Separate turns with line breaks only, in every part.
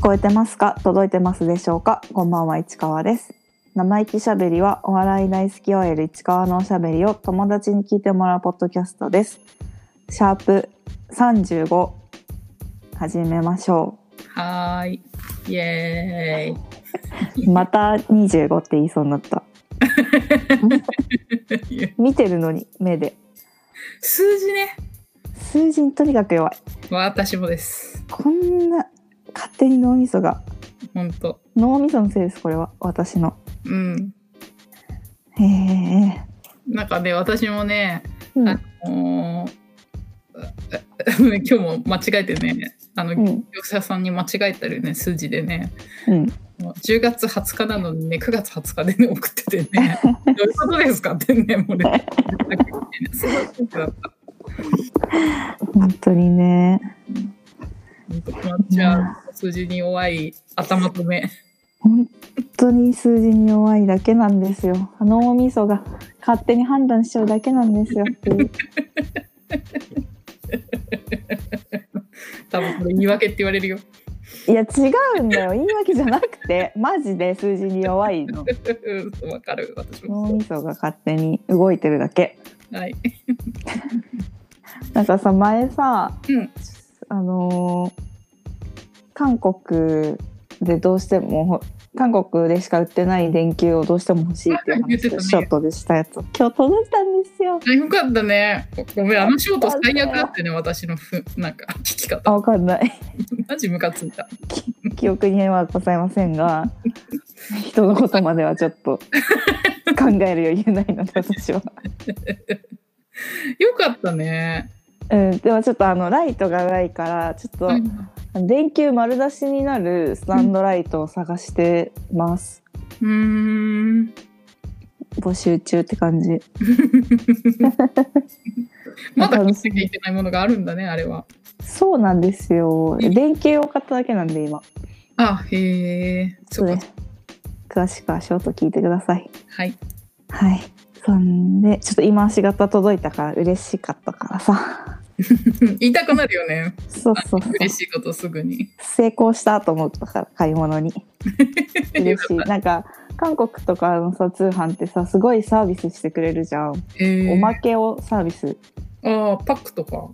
こえてますか届いてますでしょうかこんばんは市川です生意気しゃべりはお笑い大好き OL 市川のおしゃべりを友達に聞いてもらうポッドキャストですシャープ35始めましょ
はーい。イエ
うまた25って言いそうになった
ーイ。
見てるのに目で
数字ね。
数字にとにかく弱い
私もです。
こんな勝手に脳みそが
本当。
脳みそのせいですこれは私の
うん。
へえ
なんかね、私もね、
うん
あのー 今日も間違えてね、あの、
う
業
ん
者さんに間違えたりね、数字でね、
うん
もう10月20日なのにね、9月20日でね、送ってて ね、どういうことですかってね、もうね、すごいショックだった。
本当にね
じゃあ、数字に弱い頭と目。
本当に数字に弱いだけなんですよ脳みそが勝手に判断しちゃうだけなんですよっていう
多分これ言い訳って言われるよ。
いや違うんだよ言い訳じゃなくてマジで数字に弱いの
うんわかる、私も
脳みそが勝手に動いてるだけ
そう。はい。
なんかさ前さ
うん。
あのー韓国でどうしてもほ韓国でしか売ってない電球をどうしても欲しいっていう
言っ
話
てた
を
ね
ショートでしたやつ今日届いたんですよ
あよかったね。ごめん、あの仕事最悪だってね、私のふなんか聞き
あ
方。
わかんない
マジムカついた。
記憶にはございません が人のことまではちょっと考える余裕ないので私は、
よかったね。
うん、でもちょっとあのライトがないからちょ
は
っ
い
と電球丸出しになるスタンドライトを探してます、
うー ん。
募集中って感じ
まだ買ってきゃいけないものがあるんだね、あれは。
そうなんですよ
うん
電球を買っただけなんで今
あ、へえ。そ
そううで。
か
詳しくはショート聞いてください
はい。
はいそんでちょっと今仕事届いたから嬉しかったからさ
言いたくなるよね。
そうそうそう
嬉しいことすぐに。
成功したと思ったから買い物に嬉しいなんか韓国とかのさ通販ってさすごいサービスしてくれるじゃん、
へえ
おまけをサービス
ああ、パックとか。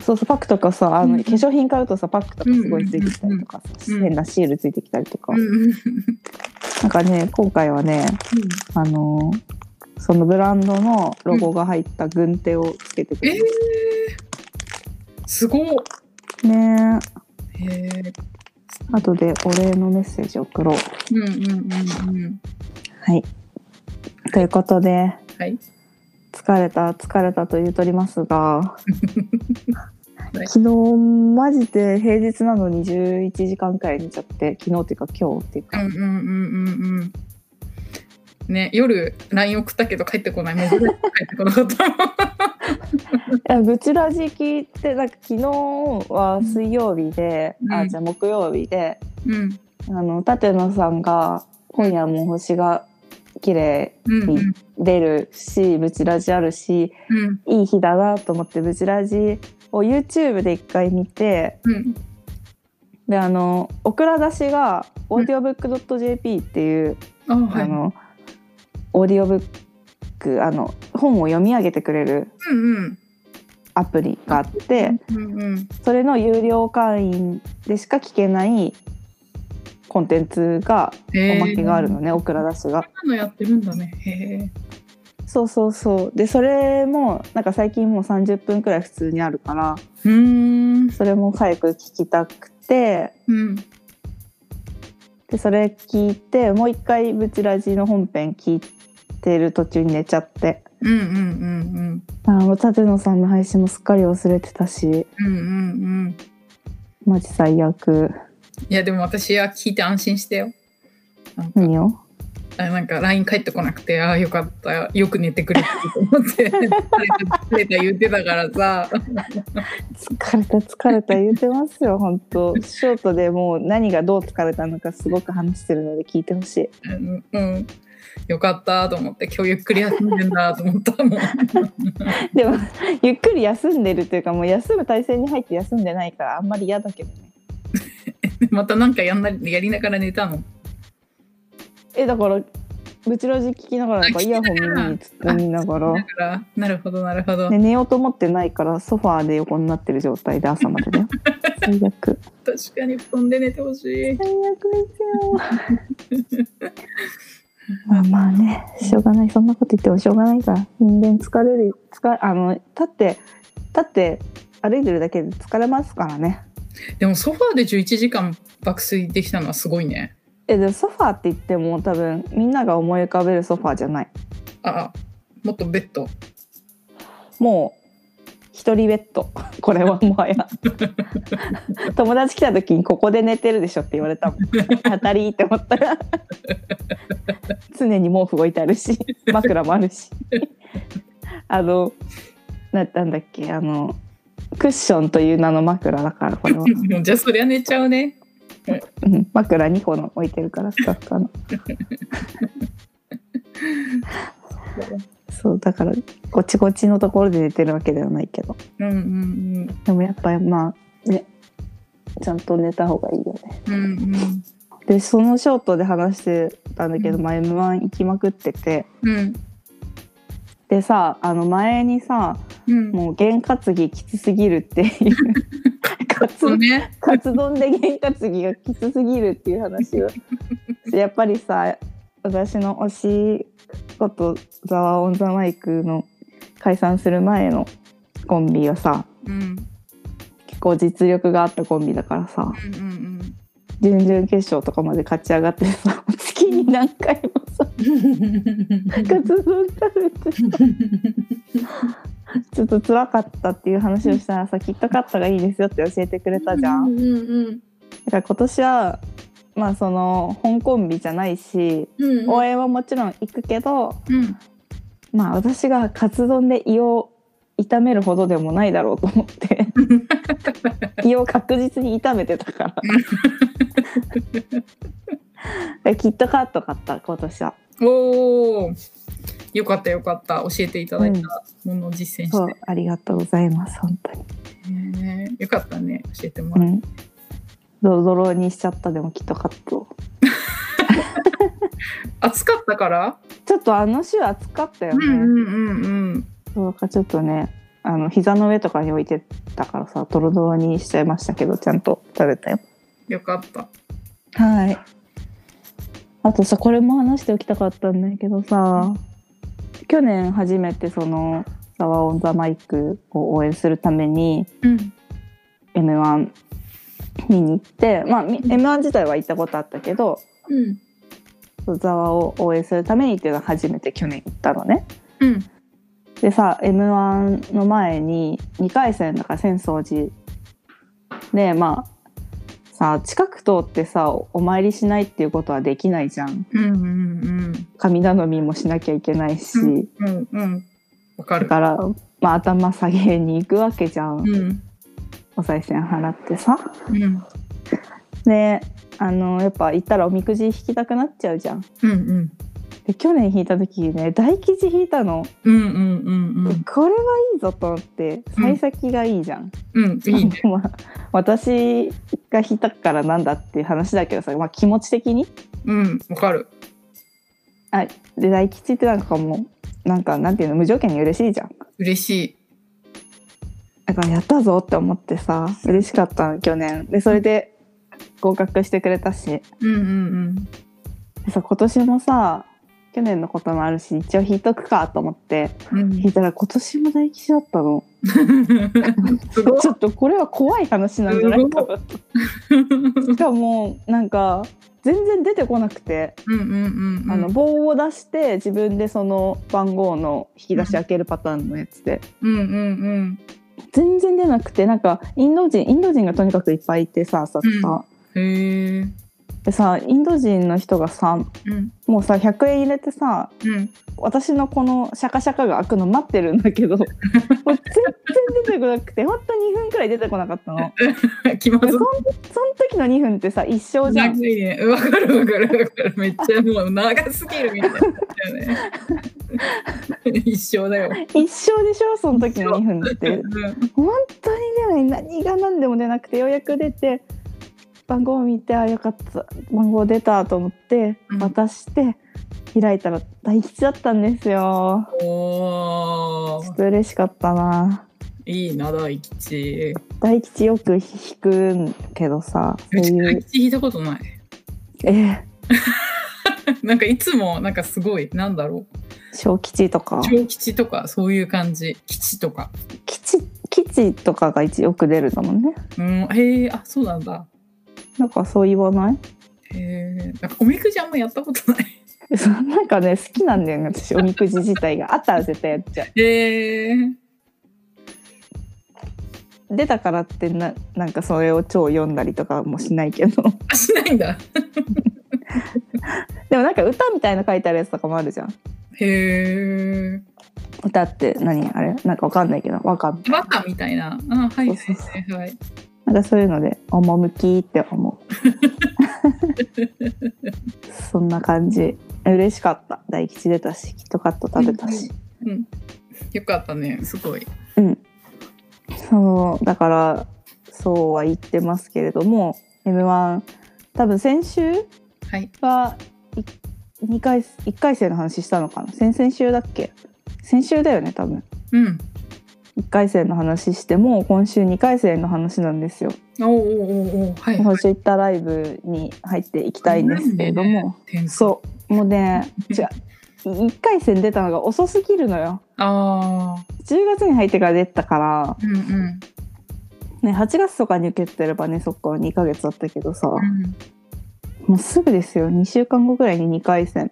そうそうパックとかさあの、
うん
化粧品買うとさパックとかすごいついてきたりとかさ、
うん
変なシールついてきたりとか、
うんうん
なんかね今回はねあのそのブランドのロゴが入った軍手をつけてく
え
れ
え
る、
すごい。
ねえ
へえ。
後でお礼のメッセージ送ろう
うんうんうんうん。
はいということで
はい。
疲れた疲れたと言うとります が
はい
昨日マジで平日なのに11時間くらい寝ちゃって昨日っていうか今日っていう
う
か
んうんうんうんうん。ね、夜 LINE 送ったけど帰ってこない。もう帰ってこなかった。
いやブチラジ聞いてなんか昨日は水曜日で、
うん
あじゃあ木曜日で
うん
あの舘野さんが今夜も星が綺麗
うんうん
出るしブチラジあるし
うん
いい日だなと思ってブチラジを YouTube で一回見て
うん
であのオクラ出しがオーディオブックドット JP っていう、
あは
あ
い。
のオーディオブックあの本を読み上げてくれる
うんうん
アプリがあって
うんうん
それの有料会員でしか聞けないコンテンツがおまけがあるのね、オクラ出しが。
そんなのやってるんだね。へ
そうそうそうでそれもなんか最近もう30分くらい普通にあるから
え。うーん
それも早く聞きたくて
うん
でそれ聞いてもう一回「ブチラジ」の本編聞いてる途中に寝ちゃって
うんうんうん
あーもう舘野さんの配信もすっかり忘れてたし
うんうんうんうん。
マジ最悪
いやでも私は聞いて安心してよ。なんか
何を
あなんか LINE 返ってこなくて、ああ、よかった、よく寝てくれたと思って、 疲れた、疲れた言ってたからさ、
疲れた疲れた言うてます よ本当ショートでもう何がどう疲れたのかすごく話してるので聞いてほしい
うん、うんよかったと思って、今日ゆっくり休んでんだと思ったもん。
でもゆっくり休んでるというかもう休む体勢に入って休んでないからあんまり嫌だけどね
またなんかやんなやりながら寝たの。
えだからブチラジ聞きながらなんか
あ聞
イ
きな
ヤ
が
ホン耳に
ら
突っ込みながら、
だからなるほどなるほど、
ね、寝ようと思ってないからソファーで横になってる状態で朝ま でね最悪
確かに布団で寝てほし
最悪
い。
ですよまあまあねしょうがないそんなこと言ってもしょうがないから人間疲れる疲れあの立って立って歩いてるだけで疲れますからね
でもソファーで11時間爆睡できたのはすごいね。
えでもソファーって言っても多分みんなが思い浮かべるソファーじゃない
ああもっとベッド。
もう一人ベッド これはもはや友達来た時に「ここで寝てるでしょ」って言われたもん当たりって思ったら常に毛布置いてあるし枕もあるしあのななんだっけあのクッションという名の枕だからこ れは、
もうじゃあそりゃ寝ちゃうね。
うん、枕2個の置いてるからスカスカのそうだからごちごちのところで寝てるわけではないけど
うんうん
でもやっぱりまあねちゃんと寝た方がいいよね。
うんうん
でそのショートで話してたんだけど、
うん
まあ m 1行きまくってて
うんうん
でさあの前にさ
うん。
もう験担ぎきつすぎるっていうカツ
そうね。
カツ丼で験担ぎがきつすぎるっていう話をやっぱりさ私の推しことザワオンザマイクの解散する前のコンビはさ
うん
結構実力があったコンビだからさ、
うんうん
準々決勝とかまで勝ち上がってさ 月に何回もさ
う
活動食べて
ん。
ちょっと辛かったっていう話をしたらさキットカットがいいですよって教えてくれたじゃ。
うんんうん
だから今年はまあその本コンビじゃないし
うん。うん
応援はもちろん行くけど
うん。
まあ私がカツ丼で胃を痛めるほどでもないだろうと思って 胃を確実に痛めてた からでキットカット買った今年は。
おお。よかったよかった。教えていただいたものを実践
そう
して。
ありがとうございます本当に。
へーよかったね。教えても
う
らって。
ん。ドロドロにしちゃったでもきっとカット。
暑かったから。
ちょっとあの週暑かったよ
う
ね。
んうんうんうん。
そうかちょっとね、あの膝の上とかに置いてたからさ、ドロドロにしちゃいましたけど、ちゃんと食べたよ。
よかった。
はい。あとさ、これも話しておきたかったんだけどさ、去年初めてそのサワーオンザマイクを応援するために
うん。
M1 見に行って、まあみ M1 自体は行ったことあったけど、
うん。
ザワを応援するためにっていうのは初めて去年行ったのね。
うん。
でさ m 1の前に2回戦だから浅草寺でまあさ近く通ってさお参りしないっていうことはできないじゃん
うんうん
神頼みもしなきゃいけないし、
うん。うんうん。わか
だ
る。
から、まあ、頭下げに行くわけじゃん、
うん。
お賽銭払ってさ。
うん。うん
であのやっぱ行ったらおみくじ引きたくなっちゃうじゃん。
うん。
で去年引いた時ね大吉引いたの。
うんうんうんうん。
これはいいぞと思って幸先がいいじゃん、
うん。いいね。
まあ私が引いたからなんだっていう話だけどさ、まあ、気持ち的に
うん。わかる。
で大吉ってなんかもうなんかなんていうの無条件に嬉しいじゃん
嬉しい。
だからやったぞって思ってさ嬉しかったの去年でそれで合格してくれたしで
うんうん
さ今年もさ去年のこともあるし一応引いとくかと思って
うん。 うん
引いたら今年も大吉だったの
すごい
ちょっとこれは怖い話なんじゃないかなしかもなんか全然出てこなくて、
うんうんうんうん。
あの棒を出して自分でその番号の引き出し開けるパターンのやつで
うんうんうん。
全然出なくてなんかインド人インド人がとにかくいっぱいいてささ
うん
さ、
へえ。
でさインド人の人がさ
うん
もうさ100円入れてさ
うん。
私のこのシャカシャカが開くの待ってるんだ けどもう全然出てこなくてほんと2分くらい出てこなかっ たの。
気ま
で
ず
そんその時の2分ってさ一生
い。
じゃん
長い。ね。わかるわかるわかる。めっちゃもう長すぎるみたいになっちゃうね。一生だよ。
一生でしょその時の2分っ
う
て
ん
本当にでも何が何でも出なくてようやく出て番号見てあよかった番号出たと思って
うん
渡して開いたら大吉だったんですよ
お
ちょ
ー
っと嬉しかったない
いな大吉
大吉よく引くんけどさそう
うち
い
大
う
吉引いたことない
え
なんかいつもなんかすごいなんだろう
小吉とか
小吉とかそういう感じ吉とか
吉吉とかが一よく出るんだもんね
うんへえあそうなんだ
なんかそう言わない
へえんかおみくじあんまやったことない
そうなんかね好きなんだよね私おみくじ自体があったら絶対やっちゃ
へえ
う出たからってななんかそれを超読んだりとかもしないけど
あしないんだ
でもなんか歌みたいな書いてあるやつとかもあるじゃん
へえ
歌って何あれなんかわかんないけどわかんない
バカみたいなあはいはい
そうそう
はいはい
なんかそういうので趣って思 うそんな感じ嬉しかった大吉出たしキットカット食べたし
うんよかったねすごい
うんそうだからそうは言ってますけれども m 1多分先週
はい
は2回1回生の話したのかな先々週だっけ先週だよね多分
うん
1回生の話してもう今週2回生の話なんですよ
おーおーおーおーはいはい
今週行ったライブに入っていきたいんですけれども、
点数
そうもうね違う1回戦出たのが遅すぎるのよ
ああ
10月に入ってから出たから、
うんうん
ね、8月とかに受けてればねそっか2ヶ月だったけどさ
うん
もうすぐですよ2週間後ぐらいに2回戦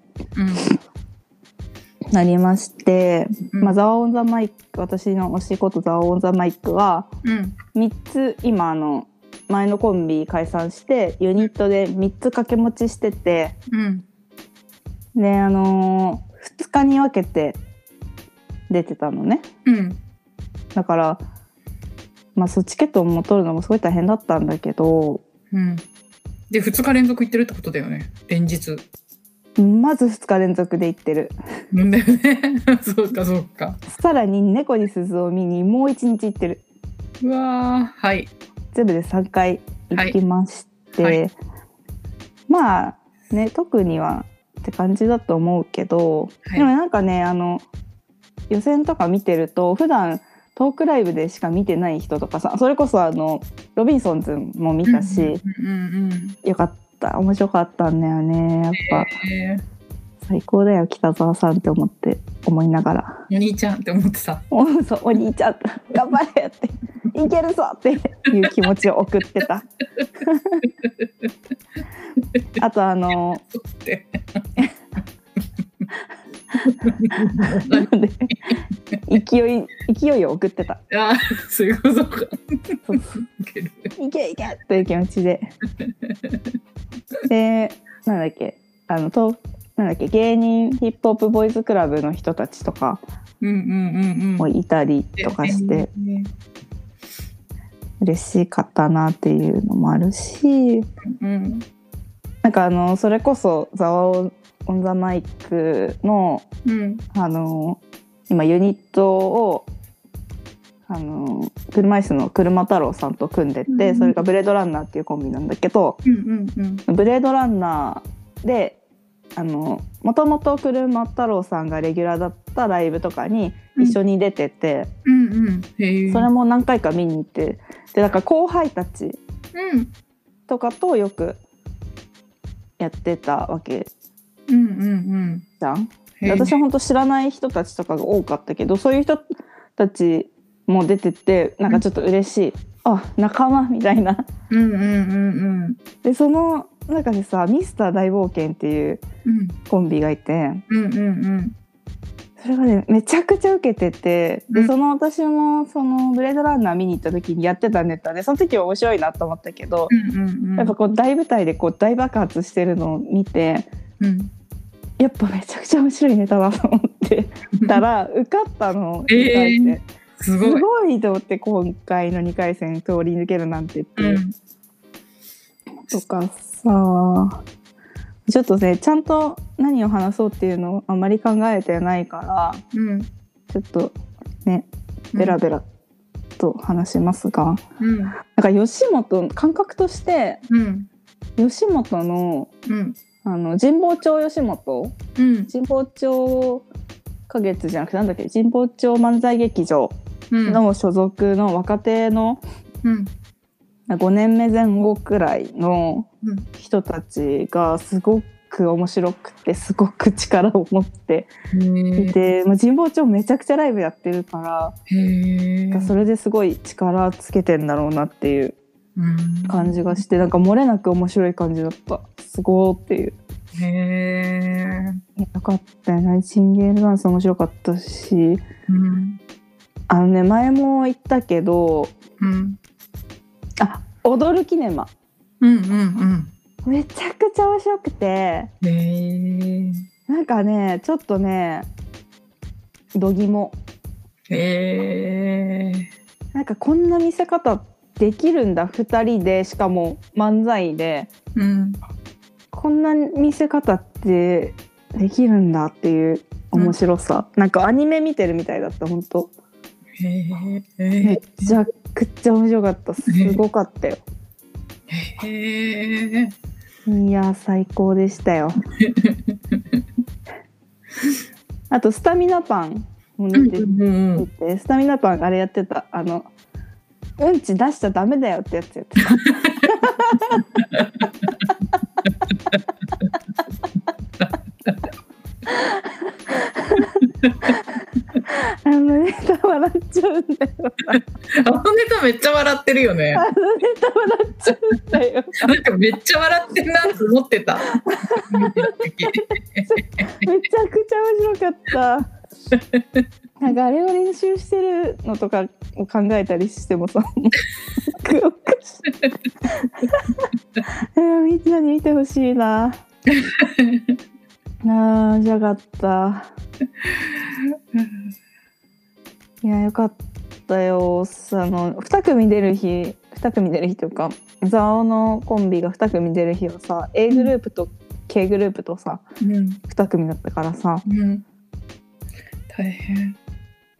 なりまして、
うん
まあ、ザワオンザマイク私の推しことザワオンザマイクは
うん
3つ今あの前のコンビ解散してユニットで3つ掛け持ちしてて
うん
であの2日に分けて出てたのね
うん
だからまあそうチケットも取るのもすごい大変だったんだけど
うんで2日連続行ってるってことだよね連日
まず2日連続で行ってる
うんだよね そうかそうか
さらに「猫に鈴を見にもう1日行ってる
うわーはい
全部で3回行きまして、
はいは
まあね特にはって感じだと思うけど、
はい
でもなんかねあの予選とか見てると普段トークライブでしか見てない人とかさそれこそあのロビンソンズも見たし、
うんうんうん
よかった面白かったんだよねやっぱ、
えー
最高だよ北沢さんって思って思いながら
お兄ちゃんって思ってた
「おうそうお兄ちゃん頑張れ!」って「いけるぞ!」っていう気持ちを送ってたあとあの
そうって。
なので勢い勢いを送ってた
あー、そういうことか。
そうそう
受ける
いけいけという気持ちででなんだっけあのとなんだっけ芸人ヒップホップボーイズクラブの人たちとか
うんうんうんう
も
ん。
いたりとかして、嬉しかったなっていうのもあるし
うん
なんかあのそれこそ「ザワオオン・ザ・マイクの」
うん
あの今ユニットをあの車椅子の車太郎さんと組んでて、
うん
それが「ブレードランナー」っていうコンビなんだけど
うんうんう
「
ん
ブレードランナーで」もともと車太郎さんがレギュラーだったライブとかに一緒に出てて、
うんうん。へえ。
それも何回か見に行ってでだから後輩たち
うん
とかとよくやってたわけ
うんうんうん。
じゃん。
へー
私は本当知らない人たちとかが多かったけどそういう人たちも出ててなんかちょっと嬉しい、あ仲間みたいな。
うんうんうん
でその中でさ「ミスター大冒険」っていう
うんうん
コンビがいて
うんうんうん
それがねめちゃくちゃ受けててで
うん
その私もその「ブレードランナー」見に行った時にやってたネタでその時は面白いなと思ったけど
う、んうん。
やっぱこう大舞台でこう大爆発してるのを見て、
うん。
やっぱめちゃくちゃ面白いネタだと思ってたら受かったの
えー
2回戦、
す
す
ごい。
ごいと思って今回の2回戦通り抜けるなんてって
う
いうんとかさちょっとねちゃんと何を話そうっていうのをあまり考えてないから
うん。
ちょっとねベラベラと話しますが、
うん。
なんか吉本感覚として
うん
吉本の
うん
あの神保町吉本
うん
神保町花月じゃなくてなんだっけ神保町漫才劇場
うん
の所属の若手の
うん
5年目前後くらいの
うん
人たちがすごく面白くてすごく力を持ってい
へ
て、まあ、神保町めちゃくちゃライブやってるから、
えへえ
それですごい力つけてんだろうなっていう感じがしてなんか漏れなく面白い感じだったすごーっていう。
へえ
いやよかったよナイチンゲールダンス面白かったし
うん
あのね前も言ったけど
うん
あ踊るキネマ
うんうん
めちゃくちゃ面白くて
うんへ
なんかねちょっとね度肝
えへえ
なんかこんな見せ方できるんだ2人でしかも漫才で
うん
こんな見せ方ってできるんだっていう面白さ、なんかアニメ見てるみたいだった本当
へ
め
え
っちゃくちゃ面白かったすごかったよ
へえ
いや最高でした よあとスタミナパンも
う
見
ん
て
うんう
見
ん
て、スタミナパンあれやってたあのうんち出しちゃダメだよってやつやって た あのネタ笑っちゃうんだよ
あのネタめっちゃ笑ってるよ ね
あのネタ笑っちゃうんだよ
なんかめっちゃ笑ってんなと思ってた
めちゃくちゃ面白かった。なんかあれを練習してるのとかを考えたりしてもさ、もうおかしい。 えーみんなに見てほしいな。なあ、じゃかった。いや、よかったよ。あの、二組出る日、二組出る日というか、ザオのコンビが二組出る日はさ、A グループと K グループとさ、
うん
二組だったからさ、
うん大変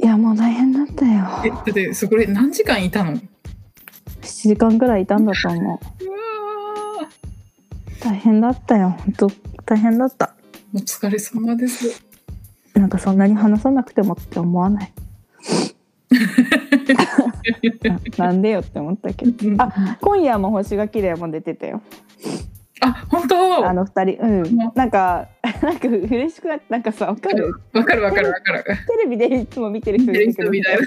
いやもう大変だったよ
えだってそこで何時間いたのうわ
7時間くらいいたんだと思う
ー
大変だったよ本当大変だった
お疲れ様です
なんかそんなに話さなくてもって思わないな なんでよって思ったけど
あ
今夜も星が綺麗も出てたよ
あ本当
あ
わ
の二人うん
も
なんか なんか嬉しくなってなんかさわかる
かるわかるわかる
テレビでいつも見てる人いるけど
みたい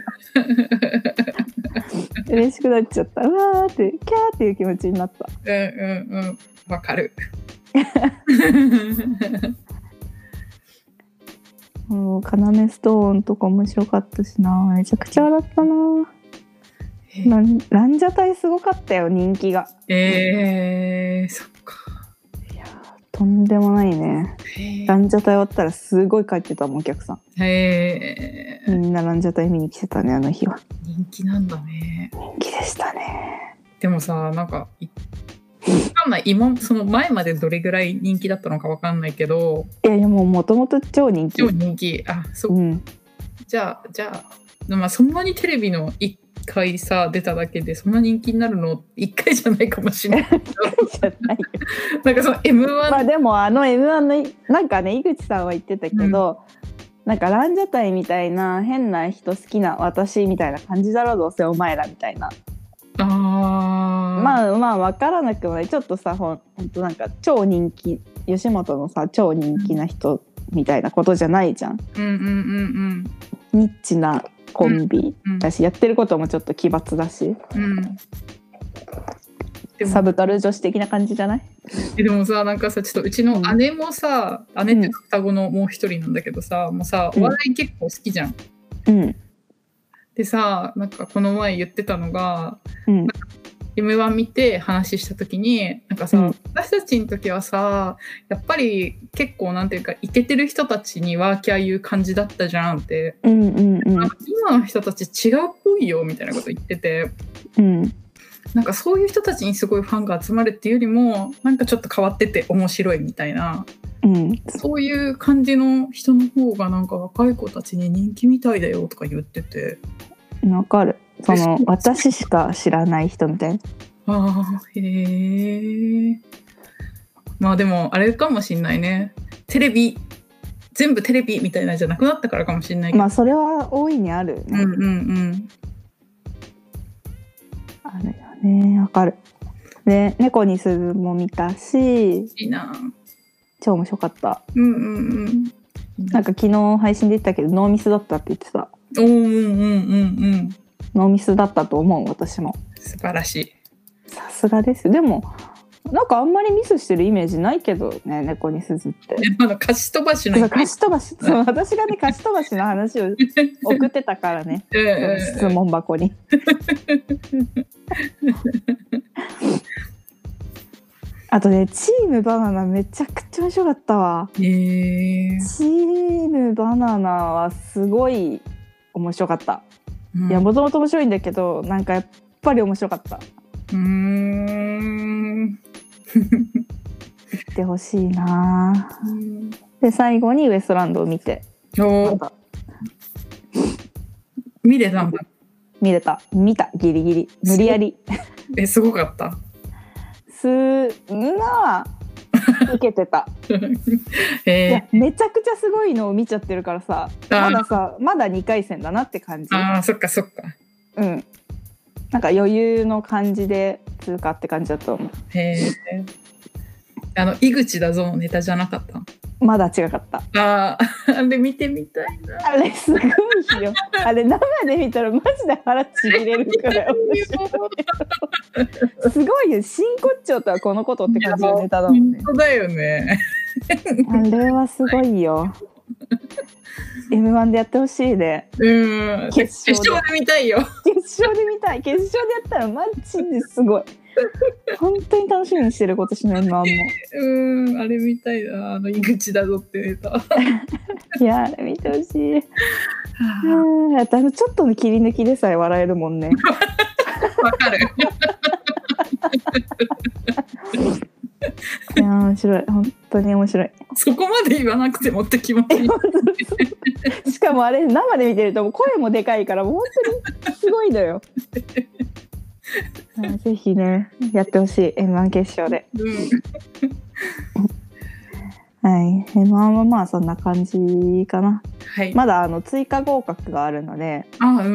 嬉しくなっちゃったうわーってキャーっていう気持ちになった
なうんうんうんわか る
もう要ストーンとか面白かったしなめちゃくちゃ笑ったなランランジャタイすごかったよ人気が
えー、そっか
いやーとんでもないね
へ
ランジャタイ終わったらすごい帰ってたもんお客さん
え
みんなランジャタイ見に来てたねあの日は
人気なんだね
人気でしたね
でもさなんかいわかんない今その前までどれぐらい人気だったのかわかんないけど
いやいやもうもともと超人気
超人気あそう
うん
じゃあじゃあまあそんなにテレビの1回さ出ただけでそんな人気になるの1回じゃないかもし れない
じゃない よ
なんかその m 1、
まあでもあの m 1のなんかね井口さんは言ってたけど、なんかランジャタイみたいな変な人好きな私みたいな感じだろどうせお前らみたいな
あああ
まあまあ分からなくもないちょっとさほんほんとなんか超人気吉本のさ超人気な人みたいなことじゃないじゃん
うんうんうん
ニッチなコンビ
うんうん
だし、やってることもちょっと奇抜だし
うんで
サ
も
ブカル女子的な感じじゃない
でもさなんかさちょっとうちの姉もさ、姉っていうか双子のもう一人なんだけどさもうさお笑い結構好きじゃん、
うん
でさなんかこの前言ってたのが
うん
M1 見て話した時になんかさ、
うん
私たちの時はさやっぱり結構なんていうかイケてる人たちにワーキャー言う感じだったじゃんって、
うんうんう
なん
ん
か今の人たち違うっぽいよみたいなこと言ってて
うん
なんかそういう人たちにすごいファンが集まるっていうよりもなんかちょっと変わってて面白いみたいな
うん
そういう感じの人の方がなんか若い子たちに人気みたいだよとか言ってて
わかるそ の私しか知らない人みたいな
あーへえまあでもあれかもしんないねテレビ全部テレビみたいなんじゃなくなったからかもしんないけど、
まあそれは大いにあるよ
う
ね、
んうんうん
あるよねわかるで猫に鈴も見たし
いいな
超面白かった
うんうんうん
なんか昨日配信で言ったけどノーミスだったって言ってた
おーうんうんうんうん
ノーミスだったと思う私も
素晴らしい
さすがですでもなんかあんまりミスしてるイメージないけどね猫に鈴って
えまだ貸し飛ばしの
そう貸し飛ばしそう私がね貸し飛ばしの話を送ってたから ね
え
その
え
質問箱にあとねチームバナナめちゃくちゃ面白かったわ
へえ
チームバナナはすごい面白かった
うん
いやもともと面白いんだけどなんかやっぱり面白かった
うーん
見てほしいなで最後にウエストランドを見てま
お
た
見れたんだ
見れた見たギリギリ無理やり
えすごかった
すんな受けてたいや
え
めちゃくちゃすごいのを見ちゃってるからさ
あ
ま
ー
ださまだ2回戦だなって感じ
あーそっかそっか
うんなんか余裕の感じで通過って感じだと思
へえあの井口だぞのネタじゃなかった
うまだ違かった
あー あれ見てみたいな
あれすごいよあれ生で見たらマジで腹ちぎれるくらい面白いすごいよ真骨頂とはこのことって感じのネタだもん
本
ね
当だよね
あれはすごいよ M1 でやってほしいね
うん
決
決
勝で
勝で見たいよ
決勝で見たい決勝でやったらマジですごい本当に楽しみにしてる今年の M1 も
うんあれみたいなあの井口だぞって ネタ
いやー見てほしいうんあとあのちょっとの切り抜きでさえ笑えるもんね
わかる
いやー面白い本当に面白い
そこまで言わなくてもって気持ちいい
しかもあれ生で見てるともう声もでかいからもう本当にすごいの よあーぜひねやってほしい M1 決勝で
うん
はい M1 はまあそんな感じかな
はい。
まだあの追加合格があるので
あ、うんうんう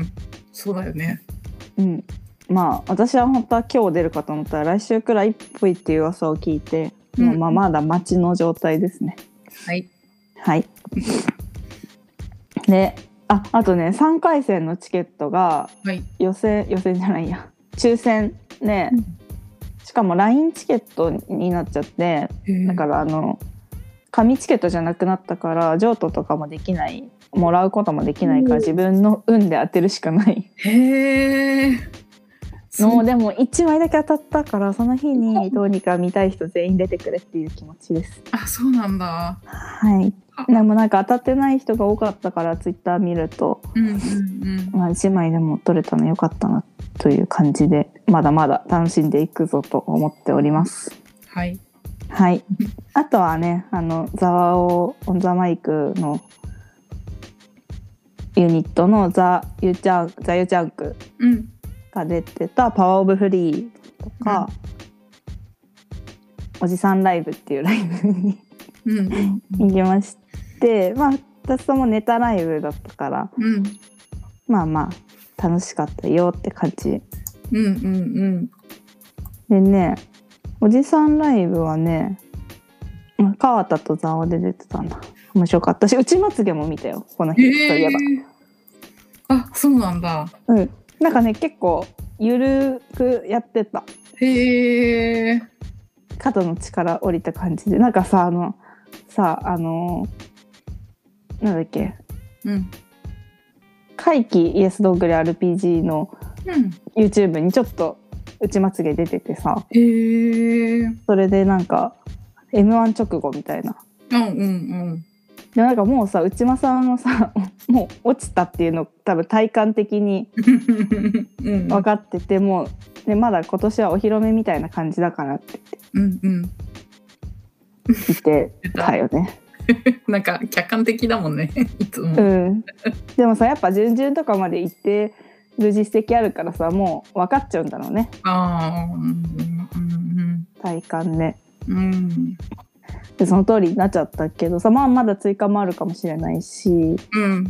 ん。そうだよね。
うん、まあ私は本当は今日出るかと思ったら来週くらいっぽいっていう噂を聞いて、
うん
もうまあまだ待ちの状態ですね
はい。
はいでああとね3回戦のチケットが
はい。
予選予選じゃないや抽選ね、
うん。
しかも LINE チケットになっちゃってだかららあの紙チケットじゃなくなったから譲渡とかもできないもらうこともできないから
うん
自分の運で当てるしかない
へえ。
も
そうう
でも1枚だけ当たったからその日にどうにか見たい人全員出てくれっていう気持ちです
あ、そうなんだ。
はいでもなんか当たってない人が多かったからツイッター見ると、
うんうんうん。
まあ、1枚でも取れたのよかったなという感じでまだまだ楽しんでいくぞと思っております
はい。
はいあとはねあのザワオオンザマイクのユニットのザ・ユチャンザ・ユチャンク
うん。
が出てた「パワー・オブ・フリー」とか、おじさんライブ」っていうライブに
うん
行きましてまあ2つともネタライブだったから
うん
まあまあ楽しかったよって感じ
うんうんうん
でねおじさんライブはねまあ川田と蔵王で出てたんだ面白かったしうちまつげも見たよこの
うん。
日そういえ
へえ
ば。。
あ、そうなんだ。
うん、なんかね結構ゆるくやってた
へえ。
肩の力降りた感じでなんかさあのさあのなんだっけ
うん。
怪奇イエスどんぐり RPG の
うん。
YouTube にちょっと内まつげ出ててさ
へえ。
それでなんか m 1直後みたいな
うんうんうん。
でなんかもうさ内間さんのさ もう落ちたっていうの多分体感的に
うん。
分かってて、もうでまだ今年はお披露目みたいな感じだからって
うんうん。
言って
出た
たよね。
なんか客観的だもんね。いつ
う
も。
ん、でもさやっぱ準々とかまで行ってる実績あるからさもう分かっちゃうんだろうね
ああうん
体感で
うんうん
でその通りになっちゃったけどさまあまだ追加もあるかもしれないし
うん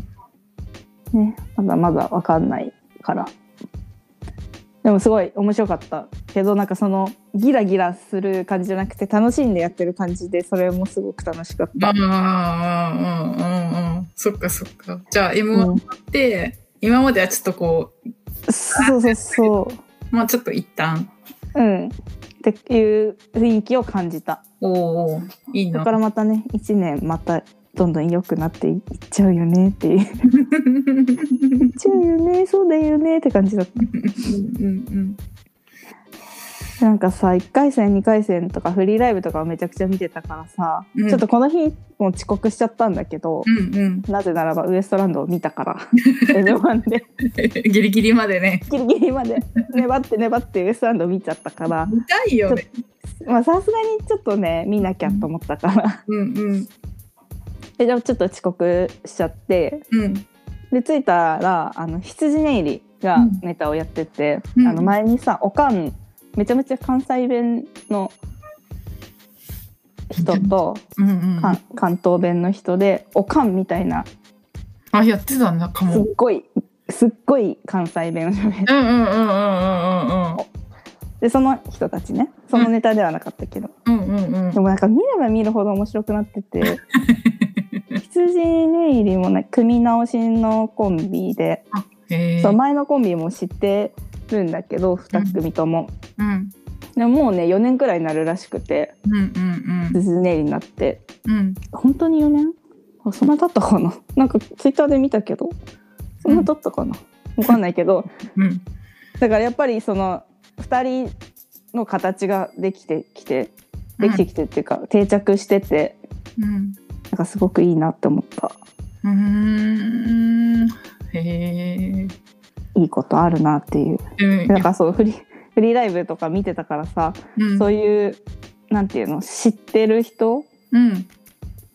ねまだまだ分かんないからでもすごい面白かったけどなんかそのギラギラする感じじゃなくて楽しんでやってる感じでそれもすごく楽しかっ
あ
た、
あうんうんうんそっかそっかじゃあ m
う
1
ん、
って、今まではちょっとこ
そうそうそ
まあちょっと一旦
ううんっていう雰囲気を感じた
おおいい
こ
な
れからまたね1年またどんどん良くなっていっちゃうよね っていういっちゃうよねそうだよねって感じだった
うん
なんかさ1回戦2回戦とかフリーライブとかをめちゃくちゃ見てたからさ、
うん
ちょっとこの日も遅刻しちゃったんだけど、
うんうんうん
なぜならばウエストランドを見たから N1 で
ギリギリまでね
ギリギリまで粘って粘ってウエストランドを見ちゃったから
見たいよね
まあさすがにちょっとね見なきゃと思ったから
うんうん
ででもちょっと遅刻しちゃって
うん
で着いたらあの羊寝入りが
うん
ネタをやってて、
うん
あの前にさおかんめちゃめちゃ関西弁の人と
うんうん
かん関東弁の人でおかんみたいな
あやってたんだか
すっ
も
ごいすっごい関西弁を喋る
うんうんうんうんうん
でその人たちねそのネタではなかったけど、
うんうんうんうん
でもなんか見れば見るほど面白くなって て羊ネ入りもね組み直しのコンビで、
へえ
そう前のコンビも知ってるんだけど2組とも、
うん
でももうね4年くらいになるらしくて
うんうん
羊ネイリになって
うんうん
本当に4年あそんな経ったかななんかツイッターで見たけどそんな経ったかなわかんないけど
うん
だからやっぱりその2人の形ができてきてできてきてっていうか、定着してて
うん
なんかすごくいいなって思った
うーんへえ
いいことあるなっていう
うん
なんかそうフリー フリーライブとか見てたからさ、
うん
そういうなんていうの知ってる人
うん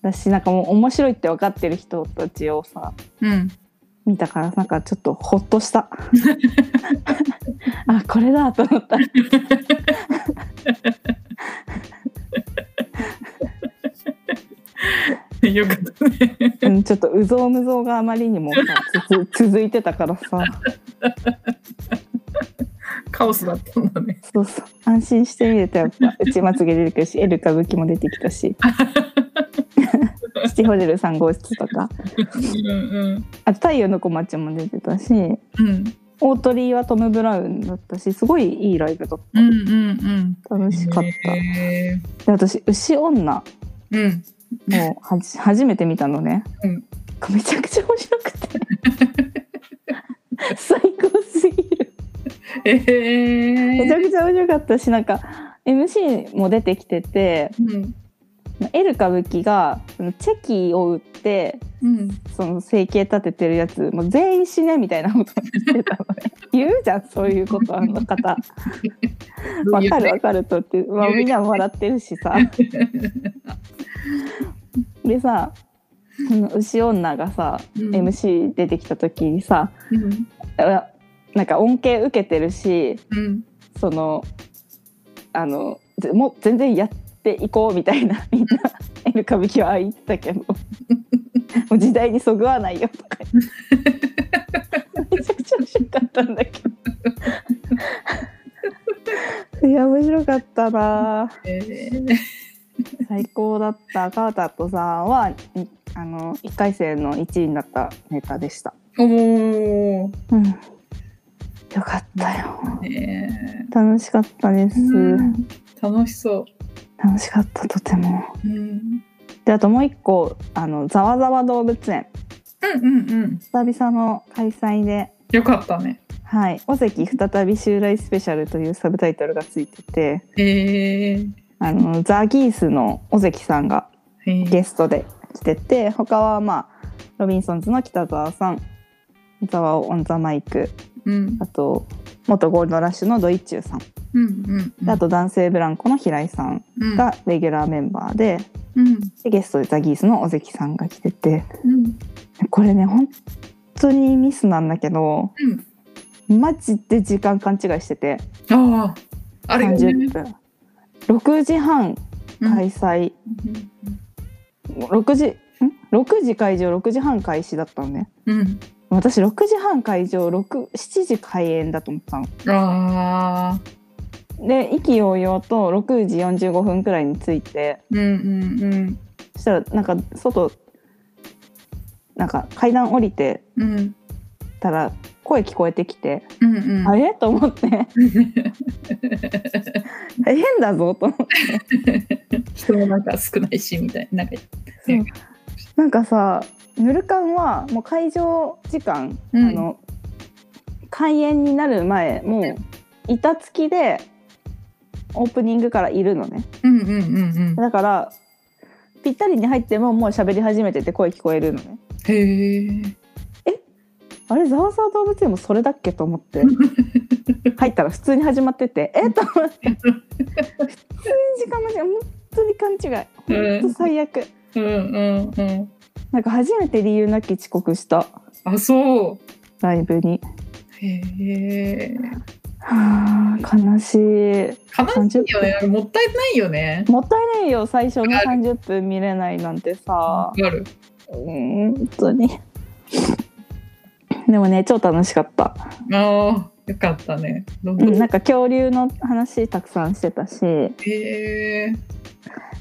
だしなんかもう面白いって分かってる人たちをさ
うん
見たからなんかちょっとほっとした あこれだと思った
よかったね
うん、ちょっとうぞうむぞうがあまりにもさつつ続いてたからさ
カオスだったんだね
そうそう安心して見れたやっぱ うちまつげ出てくるしエル歌舞伎も出てきたしシティホテル3号室とか
うん
あと太陽の小町も出てたし
うんうん
大鳥居はトム・ブラウンだったしすごいいいライブだっ
うんうん
た楽しかっ
うんへー
たで私牛女
うん
もうはじ初めて見たのね、
うん
めちゃくちゃ面白くて 最高すぎる
えー
めちゃくちゃ面白かったしなんか MC も出てきてて
うん
エル歌舞伎がそのチェキを売って
うん
その整形立ててるやつもう全員死ねみたいなこと言ってたのね言うじゃんそういうことあの 方わかるわかるとって、まあ、みんなも笑ってるし さでさその牛女がさ、
うん
MC 出てきた時にさ
うん
あなんか恩恵受けてるし
うん
そのあのぜもう全然やっていこうみたいな みんな「エル歌舞伎」は言ってた けどもう時代にそぐわないよと か言ってめちゃくちゃ面白かったんだ けどいや面白かったな
えー
最高だった川田とさんはいあの1回戦の1位になったネタでした
おお
うんよかったよ
ね
楽しかったです、
うん楽しそ
楽しかったとても
ううん
であともう一個あのざわざわ動物園
うんうんうん
久々の開催で
よかったね
「はい、尾関再び襲来スペシャル」というサブタイトルがついてて
へえ
あのザ・ギースの尾関さんが
へえ
ゲストで来てて他はまあロビンソンズの北沢さんザワオ・オン・ザ・マイク
うん
あと元ゴールドラッシュのドイチューさん
うんうんうん
であと男性ブランコの平井さん
うん
がレギュラーメンバーで
うん
でゲストでザ・ギースの尾関さんが来てて
うん
これね本当にミスなんだけど
うん
マジで時間勘違いしてて
あああれよね
30分6時半
うん
開催、6時ん6時会場6時半開始だったのね
うん
私6時半会場67時開演だと思ってたの
ああ
で意気揚々と6時45分くらいに着いて
うんうん
そしたらなんか外なんか階段降りて
うんうん
たら声聞こえてきて、
うんうん
あれと思って変だぞと思って
人もなんか少ないしみたいななんか
そうなんかさぬるかんはもう会場時間、
うん
あの開演になる前もう板付きでオープニングからいるのね
うんうんうんうん
だからぴったりに入ってももう喋り始めてて声聞こえるのね
へえ
あれざわざわ動物園もそれだっけと思って 入ったら普通に始まっててえっと思って普通に時間間違え本当に勘違い本当最悪
うんうんうん
なんか初めて理由なき遅刻した
あそう
ライブに
へえ
はあ悲しい
悲しいよねもったいないよね
もったいないよ最初の
わか
30分見れないなんてさ
わかる
うん本当にでもね超楽しかった、
ああよかったねどん
う
どん
ん、なんか恐竜の話たくさんしてたし
へ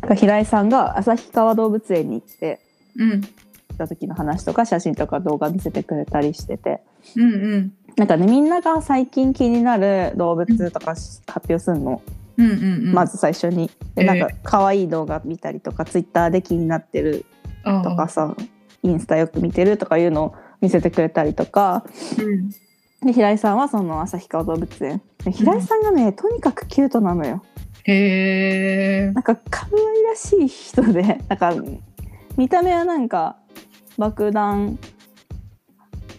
え
平井さんが旭川動物園に行って
うん
った時の話とか写真とか動画見せてくれたりしてて
うんうん
なんかねみんなが最近気になる動物とかし発表するの、
うんうんうん
まず最初にで
え
な
ー
んか可愛い動画見たりとか、ツイッターで気になってる
あ
とかさインスタよく見てるとかいうのを見せてくれたりとか
ーうん
で平井さんはその旭川動物園で平井さんがね、とにかくキュートなのよ
へえ
なんか可愛らしい人で なんか見た目はなんか爆弾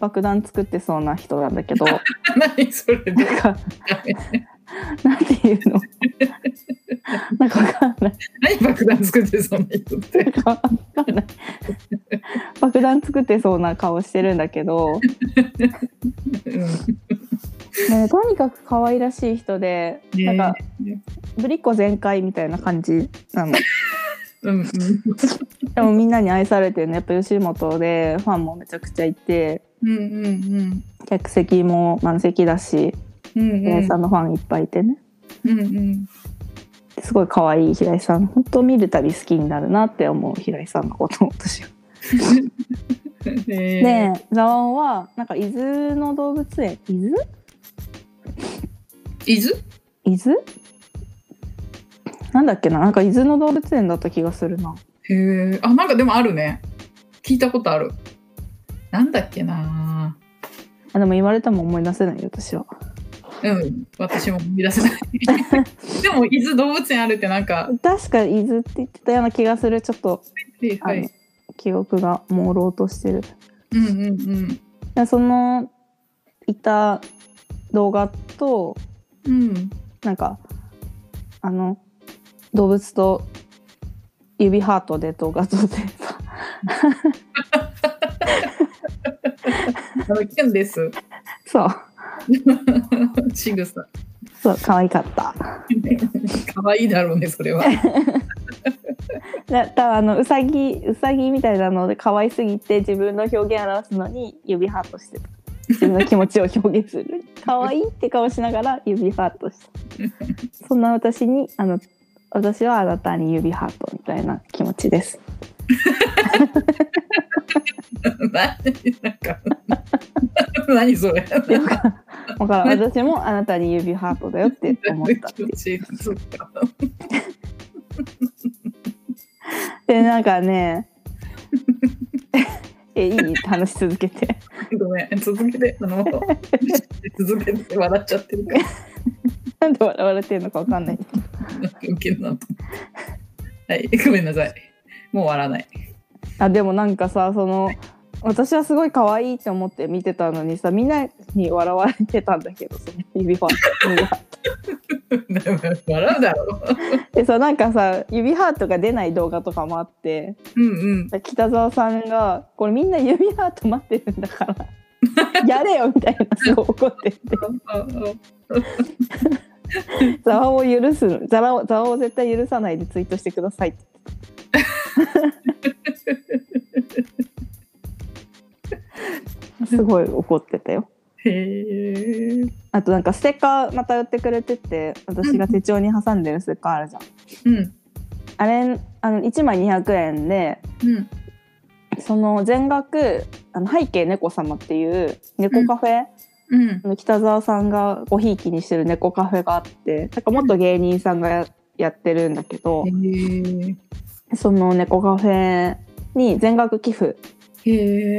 爆弾作ってそうな人なんだけど
何それで
なんかなんていうのなんかわかんない
何爆弾作ってそんな人って
なんかわかんない爆弾作ってそうな顔してるんだけど、
うん
ね、とにかく可愛らしい人でなんか
ね
ぶりっ子全開みたいな感じな の
うん
でもみんなに愛されてるのやっぱ吉本でファンもめちゃくちゃいて
うんうんうん
客席も満席だし
うんうん
平井さんのファンいっぱいいてね
うんうん
すごい可愛い平井さん本当見るたび好きになるなって思う平井さんのこと私は。
へえ
でザワオはなんか伊豆の動物園伊豆
伊豆
伊豆なんだっけななんか伊豆の動物園だった気がするな
へえあなんかでもあるね聞いたことあるなんだっけな
あでも言われても思い出せないよ私は
うん私も思い出せない でも伊豆動物園あるってなんか
確か伊豆って言ってたような気がするちょっとあ
は
の
い
記憶が朦朧としてる
うんうんうん
でそのいた動画と
うん
なんかあの動物と指ハートで動画撮ってさ
あのキュンです
そう
仕草
そう可愛かった
可愛いだろうねそれは
だだあのうさぎうさぎみたいなので可愛すぎて自分の表現表すのに指ハートしてた自分の気持ちを表現する可愛いって顔しながら指ハートしたそんな私にあの私はあなたに指ハートみたいな気持ちです
ななんか何それ
でだからだから私もあなたに指ハートだよって思った って
気
いう
持ちいいそっか
でなんかね えいい話し続けて
ごめん続けて あの続けて笑っちゃってるから
なんで笑われてるのかわかんない
ウケるなと。はい、ごめんなさい。もう笑 わない。
あでもなんかさその私はすごい可愛いって思って見てたのにさみんなに笑われてたんだけどその指ハートが
笑うだろう。
でさなんかさ指ハートが出ない動画とかもあって
うんうん。
北澤さんが「これみんな指ハート待ってるんだからやれよみたいなすごい怒っててざわを許すのざわざわを絶対許さないでツイートしてくださいってすごい怒ってたよ
へえ。
あとなんかステッカーまた売ってくれてて私が手帳に挟んでるステッカーあるじゃん
うん。
あれあの1枚200円で
うん。
その全額あの背景猫様っていう猫カフェ、
うん
あ。の北沢さんがごひいきにしてる猫カフェがあってなんか元芸人さんがややってるんだけど、
へ
その猫カフェに全額寄付
え。へ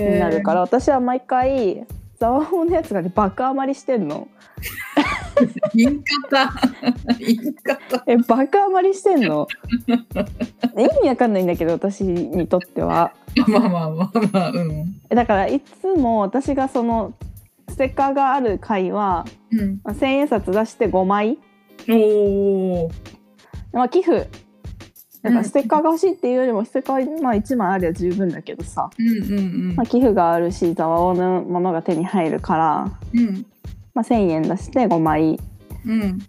に
え。
なるから、私は毎回ザワホンのやつがね爆余りしてんの
言い方。言い方。
え爆余りしてんの意味わかんないんだけど私にとっては
まあまあまあまあ、うん。
えだからいつも私がそのステッカーがある回は、
うん。
まあ、1,000円札出して5枚、
おお。
まあ、寄付だか
うん
らステッカーが欲しいっていうよりもステッカー、まあ、1枚あれば十分だけどさ、
うんうん
まあ、寄付があるしザワオのものが手に入るから、
うん。うん。
まあ、1,000円出して5枚
うん。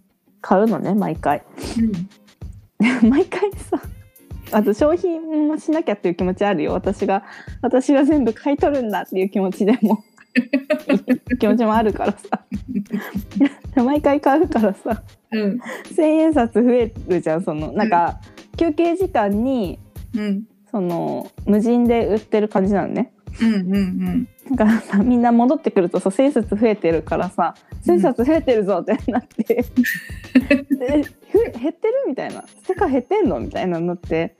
買うのね毎回
う ん。
毎回さあと商品もしなきゃっていう気持ちあるよ私が私が全部買い取るんだっていう気持ちでも気持ちもあるからさ 毎回買うからさ
うん。
1,000円札増えるじゃんそのなんか休憩時間に
うん。
その無人で売ってる感じなのね
うん。うん。
だからさみんな戻ってくるとさ千冊増えてるからさ千冊増えてるぞってなって、でふ減ってるみたいなステッカー減ってんのみたいなのって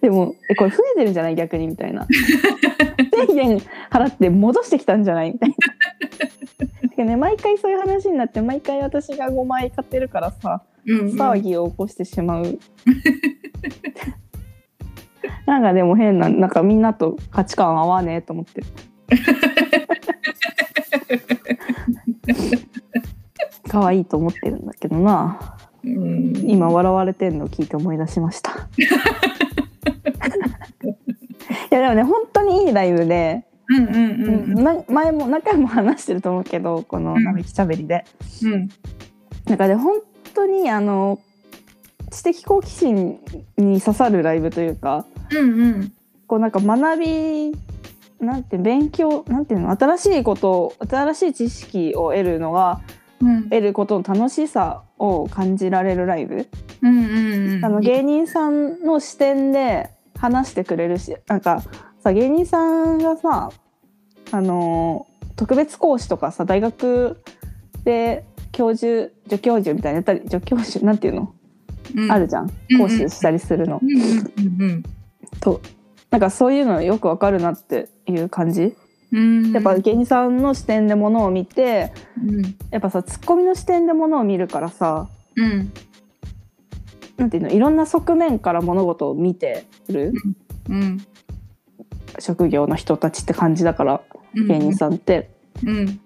でもえこれ増えてるんじゃない逆にみたいな 1,000円払って戻してきたんじゃないみたいな。てかね、毎回そういう話になって毎回私が5枚買ってるからさ
うん。
騒ぎを起こしてしまう なんかでも変ななんかみんなと価値観合わねえと思 ってる可愛いと思ってるんだけどな
うん。
今笑われてんのを聞いて思い出しました いやでもね本当にいいライブで、
うんうんうん
な前も何回も話してると思うけどこの
うん
並木しゃべりで、
うん
なんかね本当にあの知的好奇心に刺さるライブというか
うんうん
こうなんか学びなんて勉強なんていうの新しいことを新しい知識を得るのが
うん
得ることの楽しさを感じられるライブ、
うんうん
あの芸人さんの視点で話してくれるしなんかさ芸人さんがさあの特別講師とかさ大学で教授助教授みたいなやったり助教授なんていうのあるじゃん
うん
講師したりするの、
うんうん
となんかそういうのよくわかるなっていう感じ、
うんうん
やっぱ芸人さんの視点でものを見て
うん
やっぱさツッコミの視点でものを見るからさ
うん
なんていうのいろんな側面から物事を見てる
うん
職業の人たちって感じだから芸人さんって、
うん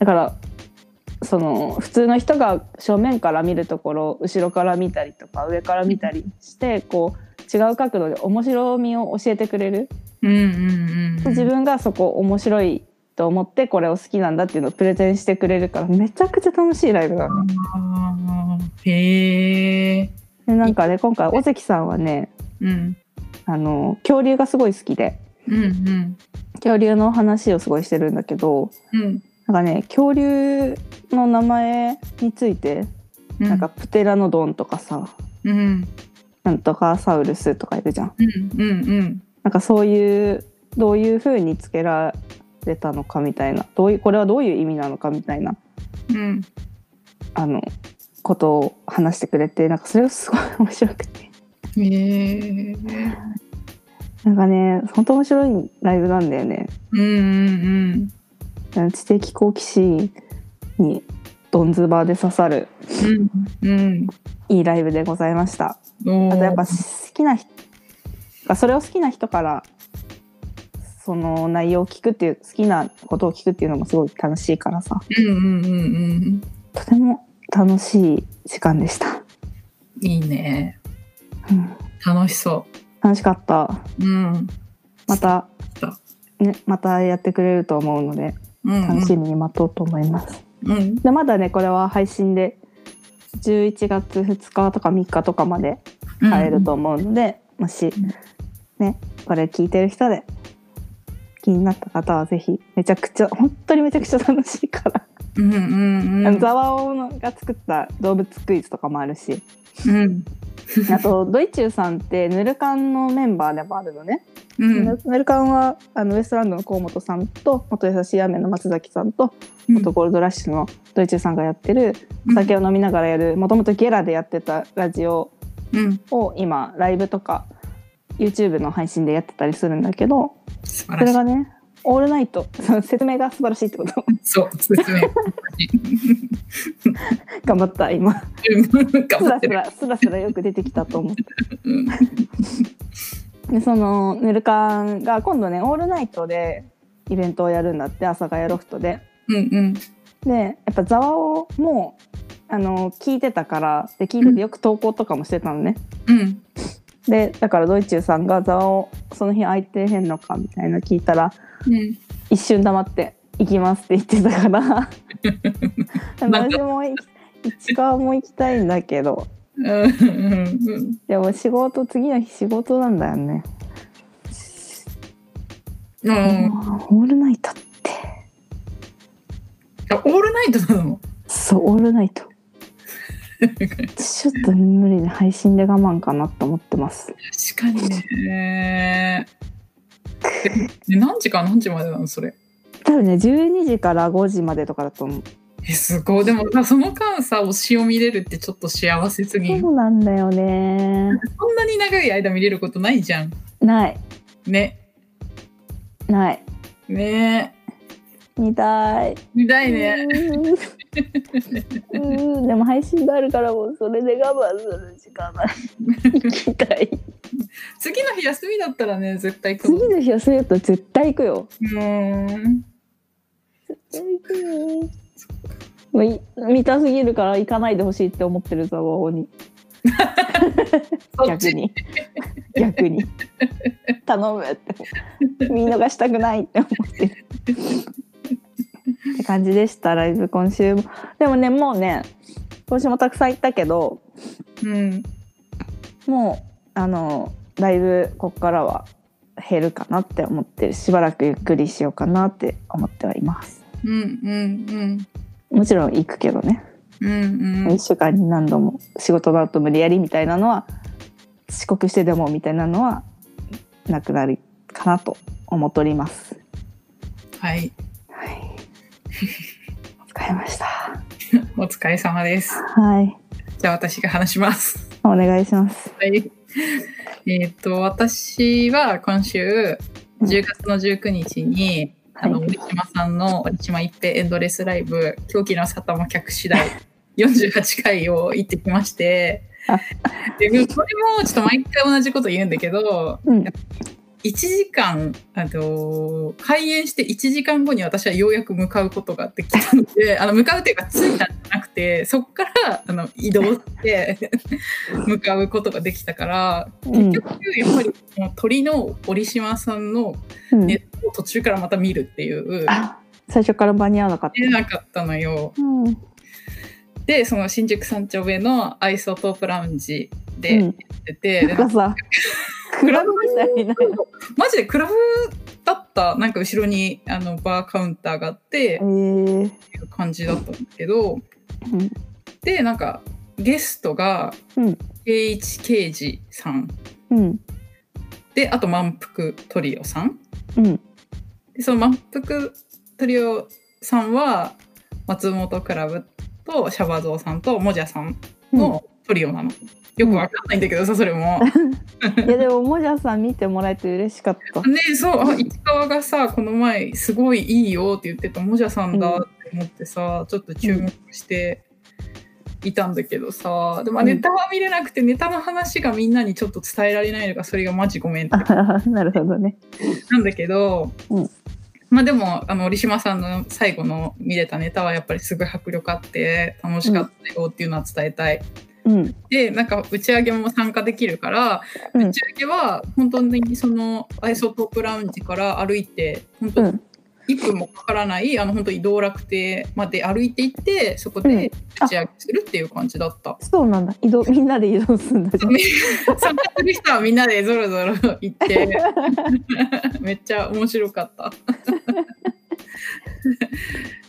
だからその普通の人が正面から見るところ後ろから見たりとか上から見たりしてこう違う角度で面白みを教えてくれる
うんうんうん
自分がそこ面白いと思ってこれを好きなんだっていうのをプレゼンしてくれるからめちゃくちゃ楽しいライブだね。
あーへえ
でなんかね今回尾関さんはね
うん
あの恐竜がすごい好きで
うんうん
恐竜の話をすごいしてるんだけど
うん
なんかね恐竜の名前について
うん
なんかプテラノドンとかさ
うん
なんとかサウルスとかいるじゃん。
うんうんうん
なんかそういうどういう風につけられたのかみたいなどういうこれはどういう意味なのかみたいな
うん
あのことを話してくれてなんかそれがすごい面白くて
へえ
なんかね本当面白いライブなんだよね
うんうん
知的好奇心にどんずばで刺さる
うんうん
いいライブでございました
うん
あとやっぱ好きな人それを好きな人からその内容を聞くっていう好きなことを聞くっていうのもすごい楽しいからさ
うんうんうんうん
とても楽しい時間でした、
いいね
うん、
楽しそ
楽しかった
ううん
また
た
ね、またやってくれると思うので
うん
楽しみに待とうと思います。
うん
でまだねこれは配信で11月2日とか3日とかまで
うん
買えると思うので、もしねこれ聞いてる人で気になった方はぜひめちゃくちゃ本当にめちゃくちゃ楽しいから、
うんうん
あの
うん
ザワオのが作った動物クイズとかもあるし
うん
あとドイチューさんってヌルカンのメンバーでもあるのね、
うん
ヌルカンはあのウエストランドの河本さんと元優しい雨の松崎さんと元ゴールドラッシュのドイチューさんがやってるお酒を飲みながらやるもともとゲラでやってたラジオ
うん
を今ライブとか YouTube の配信でやってたりするんだけどそ
素晴
れ
らしい
がねオールナイトその説明が素晴らしいってこと
そう説明
頑張った今
頑
ス
張
ラ
っ
ス
てる
ラスラスラよく出てきたと思う
うん
でそのぬるかんが今度ねオールナイトでイベントをやるんだって阿佐ヶ谷ロフトで
うんうん
でやっぱざわをもうあの聞いてたからで聞いててよく投稿とかもしてたのね、
うん
でだからドイチューさんが「ざわをその日空いてへんのか」みたいなの聞いたら
うん
一瞬黙って「行きます」って言ってたから
なんか
私も行き市川も行きたいんだけど
うんうん
でも仕事次の日仕事なんだよね、
うんあ
あーオールナイトって
オールナイトなの
そうオールナイトちょっと無理で配信で我慢かなと思ってます
確かにね。で何時から何時までなのそれ。
多分ね12時から5時までとかだと思う
えすごいでもさその間さ推しを見れるってちょっと幸せすぎん
そうなんだよね
そんなに長い間見れることないじゃん
ない
ね
ない
ね
見たい
見たいね
うーんうーんでも配信があるからもうそれで我慢するしか ない行きたい
次の日休みだったらね絶対行く
次の日はそれだったら絶対行くよ
うーん
絶対行くよもうい見たすぎるから行かないでほしいって思ってるザワオに
そっ
逆
ち
に逆に頼むって見逃したくないって思ってるって感じでしたライブ今週もでもねもうね今週もたくさん行ったけど
うん
もうあのだいぶここからは減るかなって思ってるしばらくゆっくりしようかなって思ってはいます
うんうん
もちろん行くけどね、
うんうんう
1
ん
週間に何度も仕事だと無理やりみたいなのは遅刻してでもみたいなのはなくなるかなと思っております
はい
はい。 使いました。
お疲れ様です
はい。
じゃあ私が話します
お願いします。
はい。えーっと、私は今週、10月の19日に、あの、
はい
折島さんの折島一平エンドレスライブ、狂気の沙汰も客次 第48回を行ってきまして
あ、
でこれもちょっと毎回同じこと言うんだけど、
うん。
1時間、あの、開演して1時間後に私はようやく向かうことができたので、あ の、向かうというか着いたんじゃなくて、そこから、あの、移動して、 向かうことができたから、
うん
結。局やっぱりこの鳥の折島さんの
うん
ネットを途中からまた見るっていう
あ、最初から間に合わなかっ
見れ
た。
なかったのよ
うん。うん。
でその新宿三丁目のアイソトープラウンジでやってて、
なんかさ、クラブみたいになる。
マジでクラブだったなんか後ろにあのバーカウンターがあって
えー。
っていう感じだったんだけど
うん
でなんかゲストが
うん
圭一刑事さん
うん。
であと満腹トリオさん
うん。
でその満腹トリオさんは松本クラブとシャバゾウさんともじゃさんのトリオなの、よくわかんないんだけどさそれも
いやでももじゃさん見てもらえて嬉しかった。
でそうあ市川がさこの前すごいいいよって言ってたもじゃさんだって思ってさちょっと注目していたんだけどさでもまあ
うん
ネタは見れなくてネタの話がみんなにちょっと伝えられないのがそれがマジごめんって
なるほどね。
なんだけど、
うん
まあでもあの折島さんの最後の見れたネタはやっぱりすごい迫力あって楽しかったよっていうのは伝えたい。
うん
でなんか打ち上げも参加できるから、
うん
打ち上げは本当にそのアイソトープラウンジから歩いて本当
う
に
ん
1分もかからない、あの本当に道楽亭まで歩いて行ってそこ
うん
で打ち上げするっていう感じだった。
そうなんだ移動みんなで移動するんだじゃん
参加する人はみんなでぞろぞろ行って めっちゃ面白かった。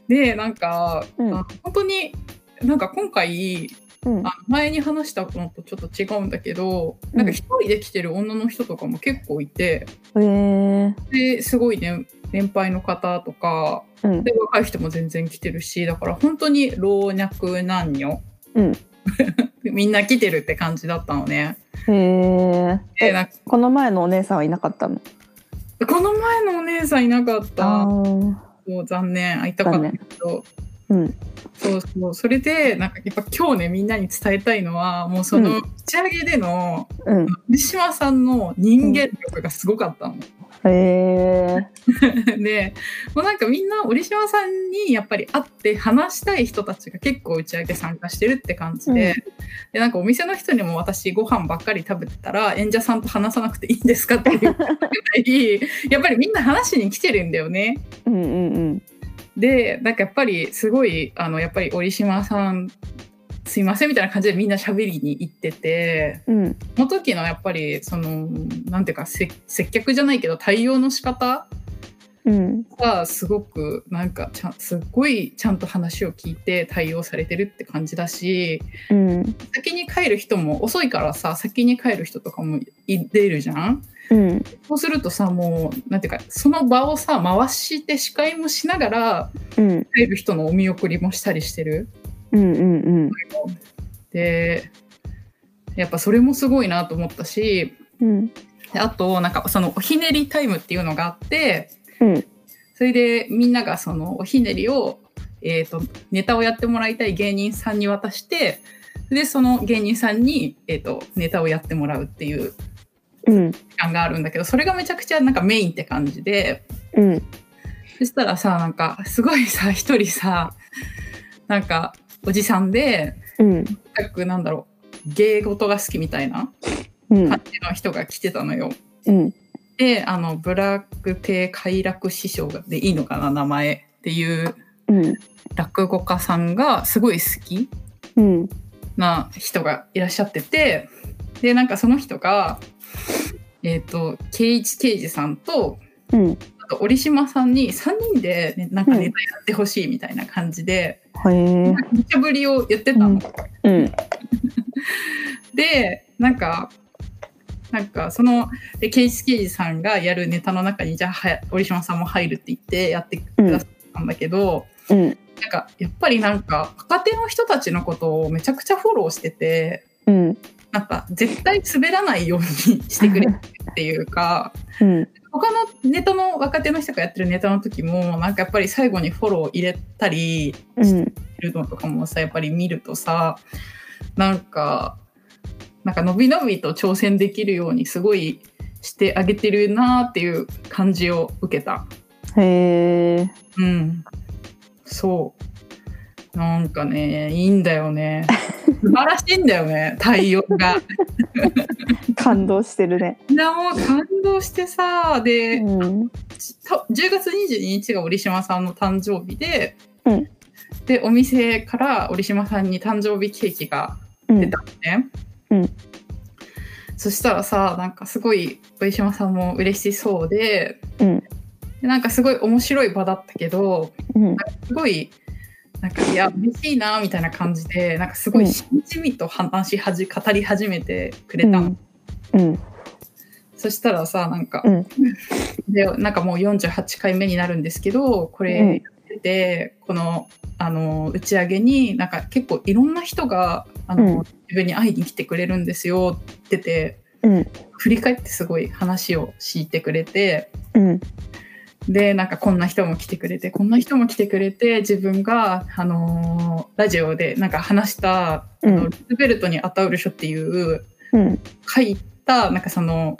でなんか、
うん
あの本当になんか今回
うん
あの前に話したのとちょっと違うんだけど、
うん
なんか一人で来てる女の人とかも結構いて
へえ
ですごいね年配の方とか
うん
で若い人も全然来てるしだから本当に老若男女、
うん
みんな来てるって感じだったのね。
へえ
でなんか
この前のお姉さんはいなかったの
この前のお姉さんいなかった
ー
そう残念会いたかったけど
うん
そうそうそれでなんかやっぱ今日ねみんなに伝えたいのはもうその
う
打ち上げでの
うん
藤島さんの人間力がすごかったの。
へえ
でもうなんかみんな折島さんにやっぱり会って話したい人たちが結構打ち上げ参加してるって感じで,、でなんかお店の人にも私ご飯ばっかり食べてたら演者さんと話さなくていいんですかっていうぐらいやっぱりみんな話しに来てるんだよね。
うんうんうん
でなんかやっぱりすごいあのやっぱり折島さんすいませんみたいな感じでみんな喋りに行ってて
うん
その時のやっぱりそのなんていうかせ接客じゃないけど対応の仕方
うん
がすごくなんかちゃんすっごいちゃんと話を聞いて対応されてるって感じだし
うん
先に帰る人も遅いからさ先に帰る人とかもい出るじゃん
うん
そうするとさもうなんていうかその場をさ回して司会もしながら
うん
帰る人のお見送りもしたりしてる
うんうん
でやっぱそれもすごいなと思ったし
うん
であとなんかそのおひねりタイムっていうのがあって
うん
それでみんながそのおひねりを、えー、とネタをやってもらいたい芸人さんに渡してでその芸人さんに、えー、とネタをやってもらうっていう
うん
時間があるんだけどそれがめちゃくちゃなんかメインって感じで
うん
そしたらさなんかすごいさ一人さなんかおじさんで
うん
とにかくなんだろう芸事が好きみたいな
うん
感じの人が来てたのよ。
うん
であのブラック亭快楽師匠でいいのかな名前っていう
うん
落語家さんがすごい好き
うん
な人がいらっしゃっててでなんかその人がえっ、と圭一刑事さんと
うん
あと折島さんに3人で、ね、なんか
うん
ネタやってほしいみたいな感じで
へえ
無茶ぶりを言ってたの。
うんうん
でなんかなんかそのでケイス・ケイジさんがやるネタの中にじゃあは折島さんも入るって言ってやってくださったんだけど、
うん
なんかやっぱりなんか若手の人たちのことをめちゃくちゃフォローしてて
うん
なんか絶対滑らないようにしてくれっていう か
うん
他のネタの若手の人がやってるネタの時もなんかやっぱり最後にフォロー入れたり
うん
るのとかもさやっぱり見るとさなんかなんか伸び伸びと挑戦できるようにすごいしてあげてるなっていう感じを受けた。
へえ
うん、そうなんかねいいんだよね素晴らしいんだよね対応が。
感動してるね
みんなもう感動してさで、
うん
た10月22日が折島さんの誕生日で、
うん
でお店から折島さんに誕生日ケーキが
うん
出たのね、
うん
そしたらさなんかすごい上島さんも嬉しそうで
うん
でなんかすごい面白い場だったけど
うん
すごいなんかいや嬉しいなみたいな感じでなんかすご
う
い
ん
しみじみと話しはじ語り始めてくれ
う
たの、
んうん
そしたらさなんか、
うん
でなんかもう48回目になるんですけどこれ、
うん
でこのあの打ち上げになんか結構いろんな人があの、
うん
自分に会いに来てくれるんですよって言ってて
うん
振り返ってすごい話を敷いてくれて
うん
でなんかこんな人も来てくれてこんな人も来てくれて自分があのラジオでなんか話した「
う
あの
ん
ルーズベルトにあたうる書」っていう
うん
書いたなんかその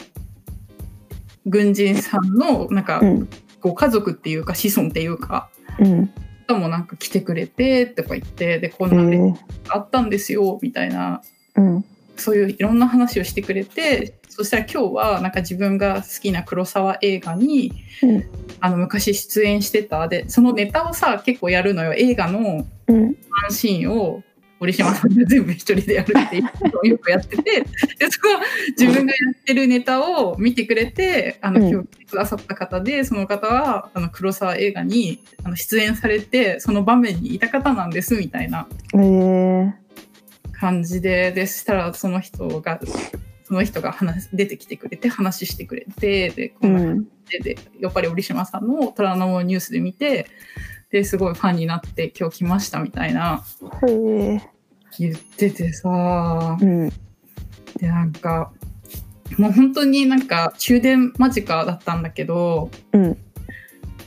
軍人さんのなんか
うん
ご家族っていうか子孫っていうか
うん
人もなんか来てくれてとか言ってでこんな
へ
の
え
があったんですよみたいな
うん
そういういろんな話をしてくれてそしたら今日はなんか自分が好きな黒沢映画に、
うん
あの昔出演してたでそのネタをさ結構やるのよ映画の
うん
ワンシーンを堀島さんが全部一人でやるっていうのをよくやってて でそこは自分がやってるネタを見てくれてあの
うん
今日来てくださった方でその方はあの黒沢映画にあの出演されてその場面にいた方なんですみたいな
え
感じででしたらその人がその人が話出てきてくれて話してくれてで
ー、
こ
うん
な感
ん
じで、でやっぱり折島さんの虎ノ門ニュースで見てですごいファンになって今日来ましたみたいな
へえ
言っててさ
うん
でなんかもう本当になんか終電間近だったんだけど
うん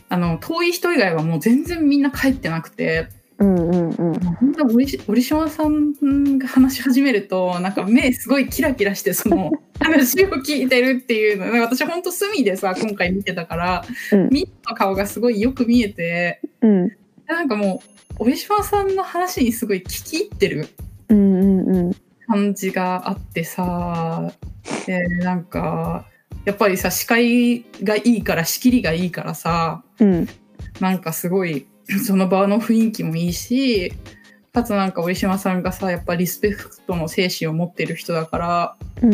あの遠い人以外はもう全然みんな帰ってなくて
うんうんうん
もう本当に折折島さんが話し始めるとなんか目すごいキラキラして その話を聞いてるっていうのなんか私本当隅でさ今回見てたから、
うん
みんなの顔がすごいよく見えて
うん
なんかもう折島さんの話にすごい聞き入ってる
うんうんうん
感じがあってさでなんかやっぱりさ視界がいいから仕切りがいいからさ
うん
なんかすごい その場の雰囲気もいいしかつなんか折島さんがさやっぱリスペクトの精神を持ってる人だから
うん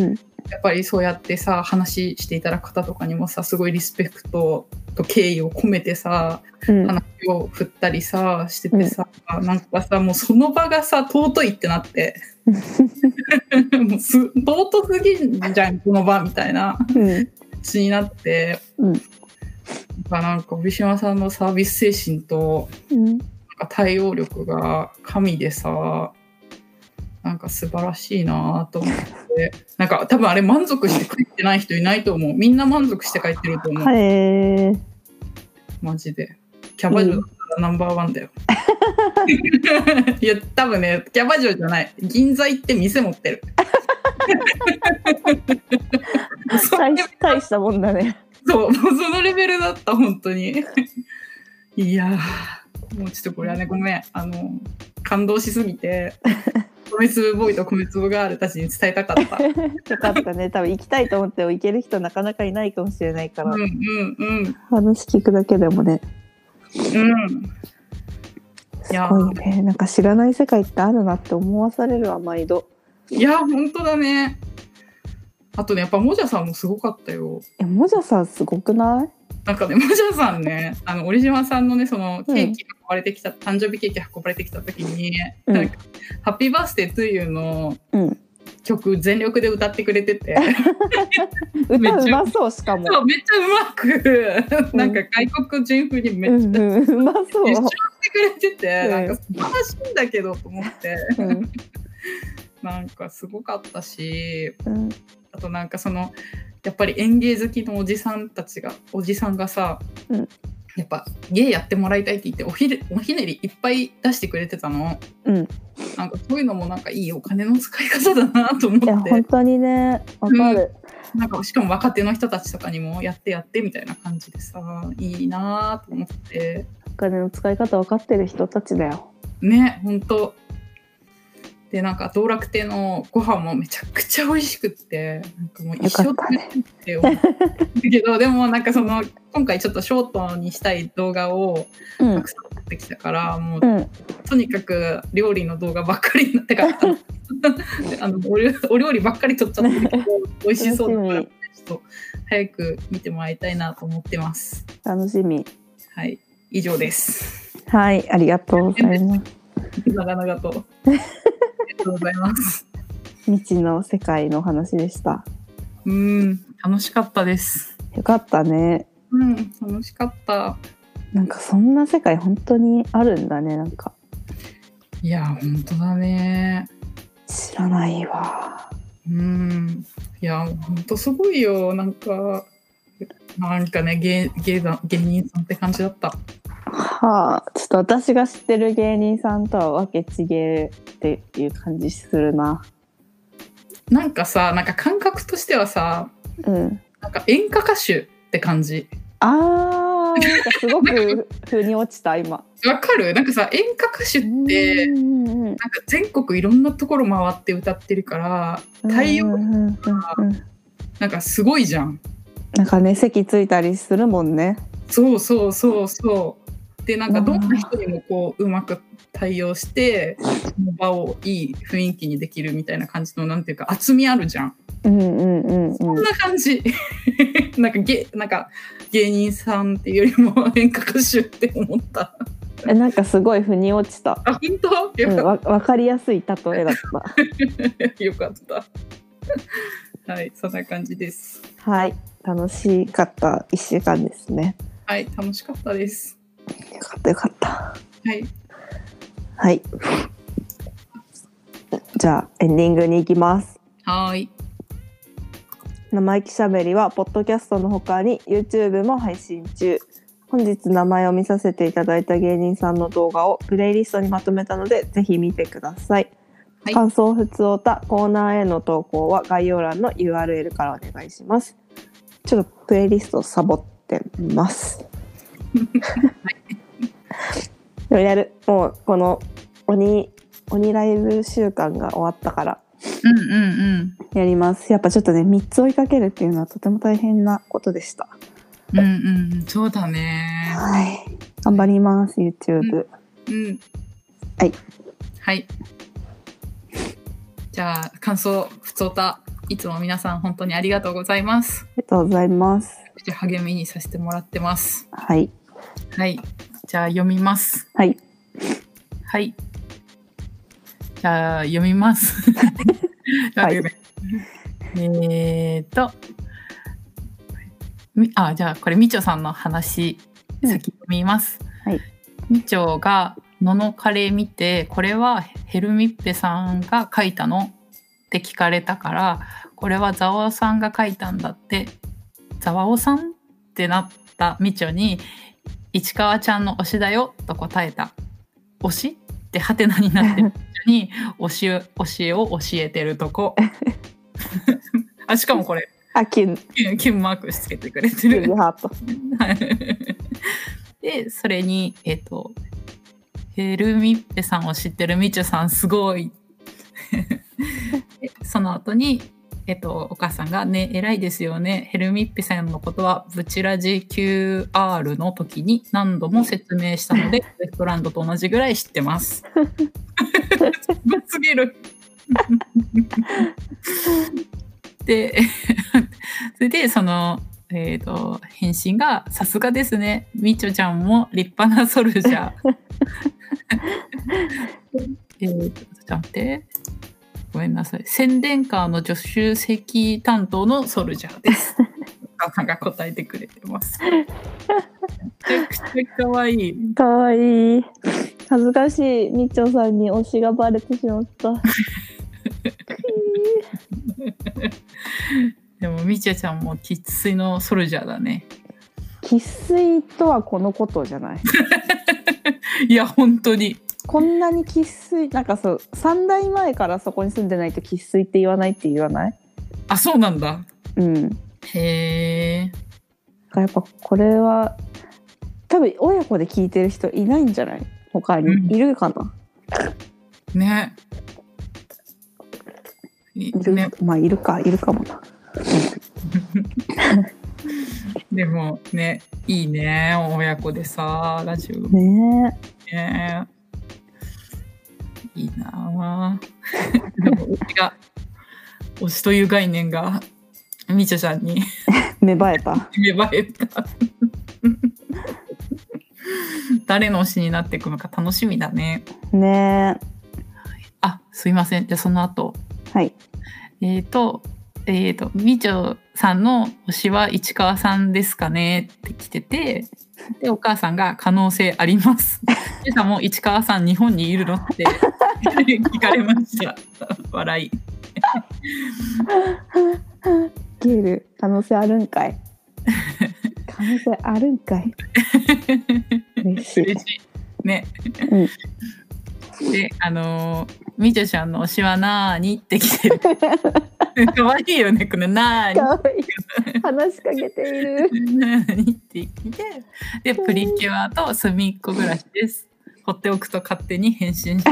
やっぱりそうやってさ話していただく方とかにもさすごいリスペクトと敬意を込めてさ
うん
話を振ったりさしててさ、なんかさもうその場がさ尊いってなって もうす尊すぎんじゃんこの場みたいな
うん
感じになって、
うん
やっぱなんか折島さんのサービス精神と
うん
なんか対応力が神でさなんか素晴らしいなと思ってなんか多分あれ満足して帰ってない人いないと思うみんな満足して帰ってると思う、
へえ
マジでキャバ嬢だったらナンバーワンだよ、 いや多分ねキャバ嬢じゃない銀座行って店持ってるそ
大し大したもんだね
そう、もうそのレベルだった、本当に。いやー、もうちょっとこれはね、ごめん。あの、感動しすぎて、米粒ボーイと米粒ガールたちに伝えたかった。う
よかったね多分行きたいと思っても行ける人なかなかいないかもしれないから、
んうんうん。
話聞くだけでもね
うん。い
す
や
ごいねなんか知らない世界ってあるなって思わされるわ毎度
いや、本当だね。あとね、やっぱもじゃさんもすごかったよ。
えもじゃさんすごくない
なんかね、もじゃさんね、あの、折島さんのね、その、ケーキ運ばれてきた、誕生日ケーキ運ばれてきた時に、
うん
なんか、ハッピーバースデートゥーユーの
うん
曲全力で歌ってくれてて。
歌うまそうしかも
そうめっちゃうまく
うん
なんか外国人風にめっ
う
ちゃ
んうんうまそう
一緒にしてくれてて、
うん
なんか素晴らしいんだけどと思って
うん
なんかすごかったし
うん
あとなんかそのやっぱり園芸好きのおじさんたちがおじさんがさ、
うん
やっぱ芸やってもらいたいって言っておひれおひねりいっぱい出してくれてたの
うん
なんかそういうのもなんかいいお金の使い方だなと思
いや
って
本当にねわかる、
なんかしかも若手の人たちとかにもやってやってみたいな感じでさいいなと思って。
お金の使い方分かってる人たちだよ
ね本当でなんか道楽亭のご飯もめちゃくちゃ美味しくってなんかもう一生
よかったね
食べてって思ったけどで もなんかその今回ちょっとショートにしたい動画を
う
た
ん
くさん撮ってきたから、もう
うん
とにかく料理の動画ばっかりになってか あのお料お料理ばっかり撮っちゃってるけど美味しそうだからち
楽
ょっと早く見てもらいたいなと思ってます
楽しみ
はい以上 です
はいありがとうございます
長々とありがとうございます
未知の世界の話でした
うん、楽しかったです。
よかったね
うん、楽しかった。
なんかそんな世界本当にあるんだねなんか
いや、本当だね。
知らないわ
うん、いや、本当すごいよ。なんか、なんかね、芸芸だ芸人さんって感じだった。
はあちょっと私が知ってる芸人さんとはわけ違えっていう感じするな
なんかさ、なんか感覚としてはさ、
うん
なんか演歌歌手って感じ。
あーなんかすごく腑に落ちた今
わかるなんかさ、演歌歌手って、
うんうんうん
なんか全国いろんなところ回って歌ってるから対応
うんうんうんうん
なんかすごいじゃん。
なんかね席ついたりするもんね。
そうそうそうそう。でなんかどんな人にもこううまく対応して場をいい雰囲気にできるみたいな感じのなんていうか厚みあるじゃん。
うんうんうん
こ
うん
ん。な感じ。 なんかげなんか芸人さんっていうよりも演歌歌手って思った。
えなんかすごい腑に落ちた。
あ本当
うん、
よかっ
わわかりやすい例えだった。
た。 よかった。 はいそんな感じです。
はい楽しかった一週間ですね。
はい楽しかったです。
よかったよかった。
はい
はい。じゃあエンディングに行きます。
はーい
生意気しゃべりはポッドキャストのほかに YouTube も配信中本日名前を見させていただいた芸人さんの動画をプレイリストにまとめたのでぜひ見てください、
はい
感想ふつおたコーナーへの投稿は概要欄の URL からお願いしますちょっとプレイリストサボって ます、でもやるもうこの鬼鬼ライブ週間が終わったから
うんうん
やりますやっぱちょっとね3つ追いかけるっていうのはとても大変なことでした
うんうんうんそうだね。
はい頑張ります YouTube、
うん。
はい。
はい。じゃあ、感想、ふつおた、いつも皆さん本当にありがとうございます。
ありがとうございます
励みにさせてもらってます。
はい
はい。じゃあ、読みます。
はい
はい。じゃあ、読 みます。
はい
待ってくださいえーっと。みあ、じゃあ、これ、みちょさんの話、
うん
先読みます。
はい。
みちょが、ののカレー見て、これはヘルミッペさんが書いたのって聞かれたから、これはザワオさんが書いたんだって、ザワオさんってなったみちょに、市川ちゃんの推しだよと答えた。推しってハテナになってる人に 推し教えを教えてるとこ。あしかもこれ
あキュン
金金マークつけてくれて
キュン
る
で。ハート
はい でそれにえっ、とヘルミッペさんを知ってるみちゅさんすごい。 でその後にえっと、お母さんが「ね偉いですよねヘルミッペさんのことはブチラジ QR の時に何度も説明したのでウエストランドと同じぐらい知ってます」すごすぎる で それでその、えー、と返信が「さすがですねみちょちゃんも立派なソルジャー」えーとちょっと待ってごめんなさい宣伝カーの助手席担当のソルジャーです。お母さんが答えてくれてます。めちゃくちゃ可愛 い。
かわいい恥ずかしいみっちょさんに推しがバレてしまった
でもみちょちゃんも生粋のソルジャーだね。
生粋とはこのことじゃない
いや本当に。
こんなに生粋なんかそう3代前からそこに住んでないと生粋って言わないって言わない
あそうなんだ。
うん
へえ。
だからやっぱこれは多分親子で聞いてる人いないんじゃない他
うん
にいるかな、
ね。い
いる
ね、
まあいるかいるかもな
でもねいいね親子でさラジオ
ね
ねいいなぁでも推しが推しという概念がみちょちゃんに
え芽生えた
芽生えた誰の推しになっていくのか楽しみだね
ね
あすいませんじゃあその後
えはい
えー、と、えー、と、みちょさんの推しは市川さんですかねって来てて、で、お母さんが可能性あります。今朝も市川さん日本にいるのって聞かれました。笑い。
ゲール可能性あるん かい可能性あるんかい嬉しい
嬉しい。ね。
うん
で、あのーみちょちゃんの推しはなーにって来てる。 かわいいよね、このなーに
か。わいい話しかけている
何って聞いてでプリキュアと隅っこ暮らしです放っておくと勝手に変身します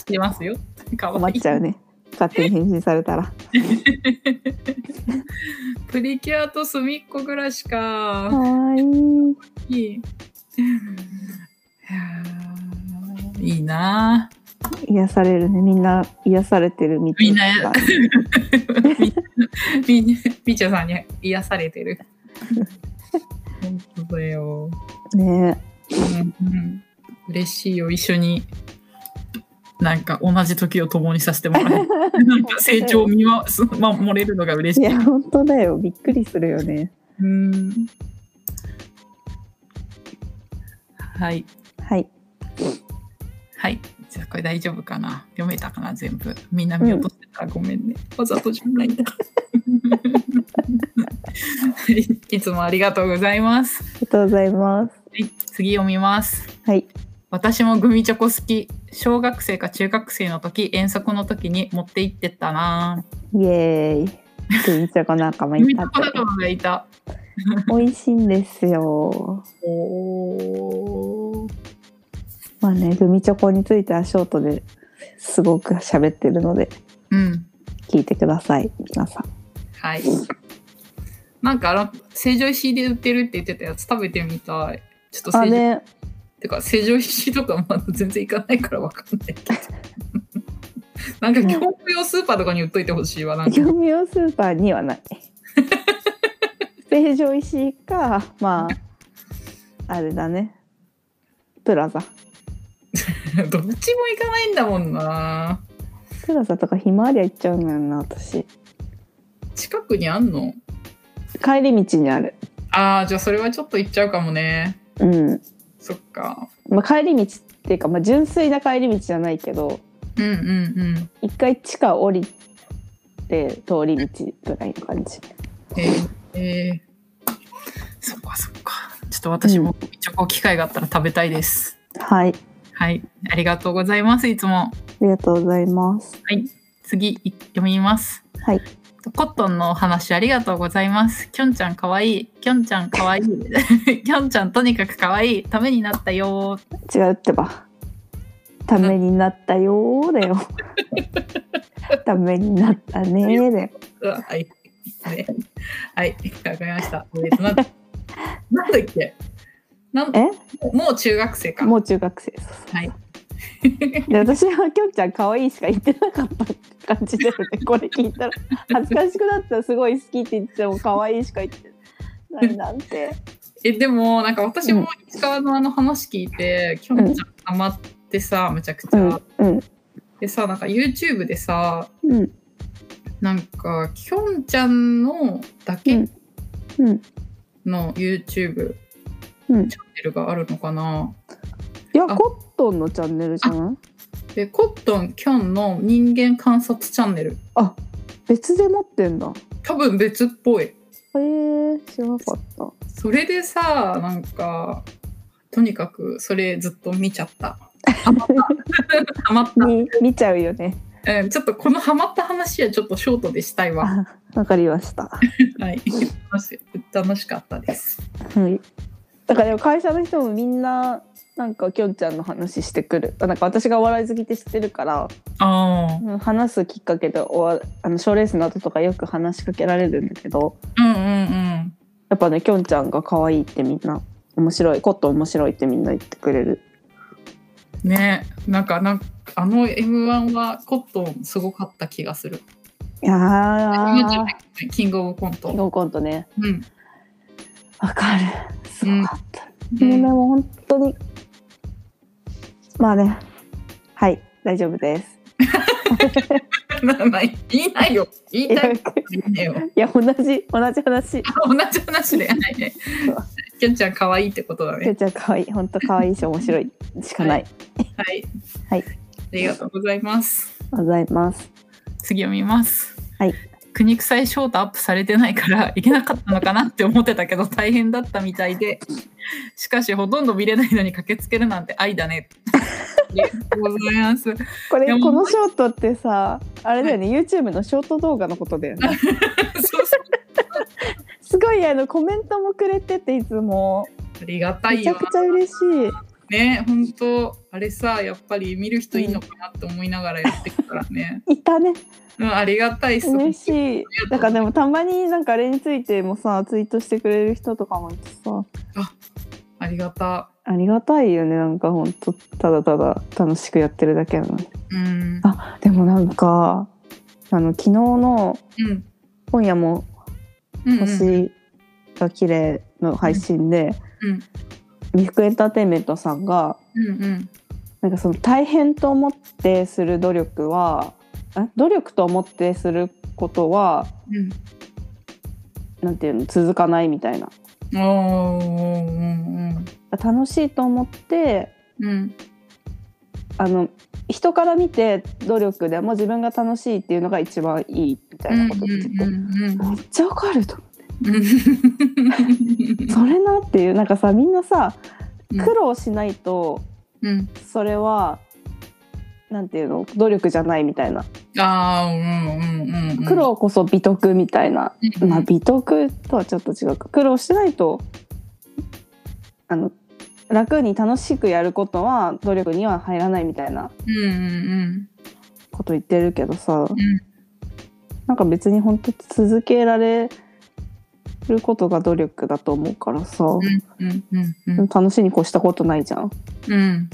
してますよ。かわ
困っ
いい
ち。ゃうね勝手に返信され たら
プリキュアとすみっこぐらいしか。
かわいい
いい。いやーいいなぁ。
癒されるねみんな癒されてるみた
み
い
んなやみんな、みーちゃんさんに癒されてる。本当だよ。
ね
うんうん、嬉しいよ、一緒に。なんか同じ時を共にさせても らえるなんか成長を見まそ守れるのが嬉
い
しい。
や本当だよびっくりするよね
うんはい。
はい
はい。じゃあこれ大丈夫かな読めたかな全部。みんな見落としてたらごめんね。わざとじゃ ないんだ。はいいつもありがとうございます。
ありがとうございます
はい、次読みます。
はい
私もグミチョコ好き。小学生か中学生の時、遠足の時に持って行ってったなぁ。
イエーイグミチョコ仲間
グ
い
ミチ
たっ
ョコ仲間がいた。
て美味しいんですよ
おー
まあねグミチョコについてはショートですごく喋ってるので
うん。
聞いてください皆さん
はい。なんかあの、成城石井で売ってるって言ってたやつ食べてみたい。ちょっと
あ
成城
ね
てか成城石井とかまだ全然行かないからわかんないけ どなんか業務用スーパーとかに売っといてほしいわなんか
業務用スーパーには ない成城石井かまああれだねプラザ
どっちも行かないんだもんな
プラザとかひまわりは行っちゃうんだよな私
近くにあんの
帰り道にある
あーじゃあそれはちょっと行っちゃうかもね
うん、
そっか
まあ、帰り道っていうか、まあ、純粋な帰り道じゃないけど
うんうんうん
一回地下降りて通り道ぐらいの感じ
えー、えーそっかそっかちょっと私もチョコ機会があったら食べたいです、
はいあ
はいありがとうございますいつも
りがとうございます
次い読みます
はい
コットンのお話ありがとうございます。きょんちゃんかわいい。きょんちゃんかわい い。きょんちゃんとにかくかわいい。ためになったよ。
違うってばためになったよーだ よためになったねーだよ
うわはい。ねはい。わかりました。えっとなんなんだっけなん
え
もう中学生か。
もう中学生そうそう
はい。
で私はきょんちゃん可愛いしか言ってなかったって感じだよ ねこれ聞いたら恥ずかしくなったすごい好きって言ってても可愛いしか言ってないなんて
え、でも、なんか私も石川のあの話聞いて、きょんちゃんハマってさ、むちゃくち
う
ゃ。
んうん
でさ、なんか YouTube でさ、
うん
なんか、きょんちゃんのだけ
うん
の YouTube
うん
チャンネルがあるのかな、
いや
あ
コットンのチャンネルじゃない
でコットンキョンの人間観察チャンネル
あ別で持ってんだ
多分別っぽい
へえ知らなかった
それでさなんかとにかくそれずっと見ちゃったハマったハマ っ
見見ちゃうよね
た、うん、ちょっとこのハマった話はちょっとショートでしたいわ
あわかりま した
はい楽し 楽しかったです
はい。だからでも会社の人もみんななんかきょんちゃんの話してくるなんか私がお笑い好きって知ってるから
あ
うん話すきっかけでおわあの賞レースの後とかよく話しかけられるんだけど
あうんうん
やっぱねきょんちゃんが可愛いってみんな面白いコットン面白いってみんな言ってくれる
うんねなんかなんかあの m 1はコットンすごかった気がする
い や
今じゃ
ー
ないキングオブコン
キン
ト
グオブコントね
うん、
わかるすごかった、
う
もうで
ん、
も本当にまあねはい大丈夫です
なな 言いないよ言い
い
た
やい
いいいねよ。
や同じ同じ話
同じ話で。はい ね
そう。
きょんちゃん可愛いってことだ
きょ
ね。
んちゃん可愛い本当可愛いし面白いしかない、
はい。
はい
ありがとうございます。
ございます
次読みます。
はい。
国臭いショートアップされてないからいけなかったのかなって思ってたけど大変だったみたいでしかしほとんど見れないのに駆けつけるなんて愛だねありがとうございます
これ
いやも
こ
う
のショートってさあれだよね、YouTube のショート動画のことだよね
そうそう
すごいあのコメントもくれてていつも
ありがた
め
い
ちゃ
よ
くちゃ嬉しい
ね本当あれさやっぱり見る人いいのかなって思いながらやってくからね、
いたね
うん、ありがたいっす
嬉し
い
いなんかでもたまになんかあれについてもさツイートしてくれる人とかもいてさ
ありがた
ありがたいよねなんかほんとただただ楽しくやってるだけなのに
うん
あでもなんかあの昨日の
うん
「今夜も
うんうん
星が綺麗の配信で、
うん
ミフクエンターテインメントさんが
うんうん
なんかその大変と思ってする努力はえ努力と思ってすることは
うん
なんていうの続かないみたいな
おーうん
楽しいと思って
うんうん
あの人から見て努力でも自分が楽しいっていうのが一番いいみたいなことって結構、
うん
めっちゃわかると思
うん
うそれなっていうなんかさみんなさ苦労しないと
うん
それは、なんていうの努力じゃないみたいな
あーうんうんうんうん
苦労こそ美徳みたいな、
うん
まあ美徳とはちょっと違うか苦労しないとあの楽に楽しくやることは努力には入らないみたいな
うんうん
こと言ってるけどさ、
ん
なんか別に本当続けられることが努力だと思うからさ、
うんうんうんうん
楽しいに越したことないじゃん。
うん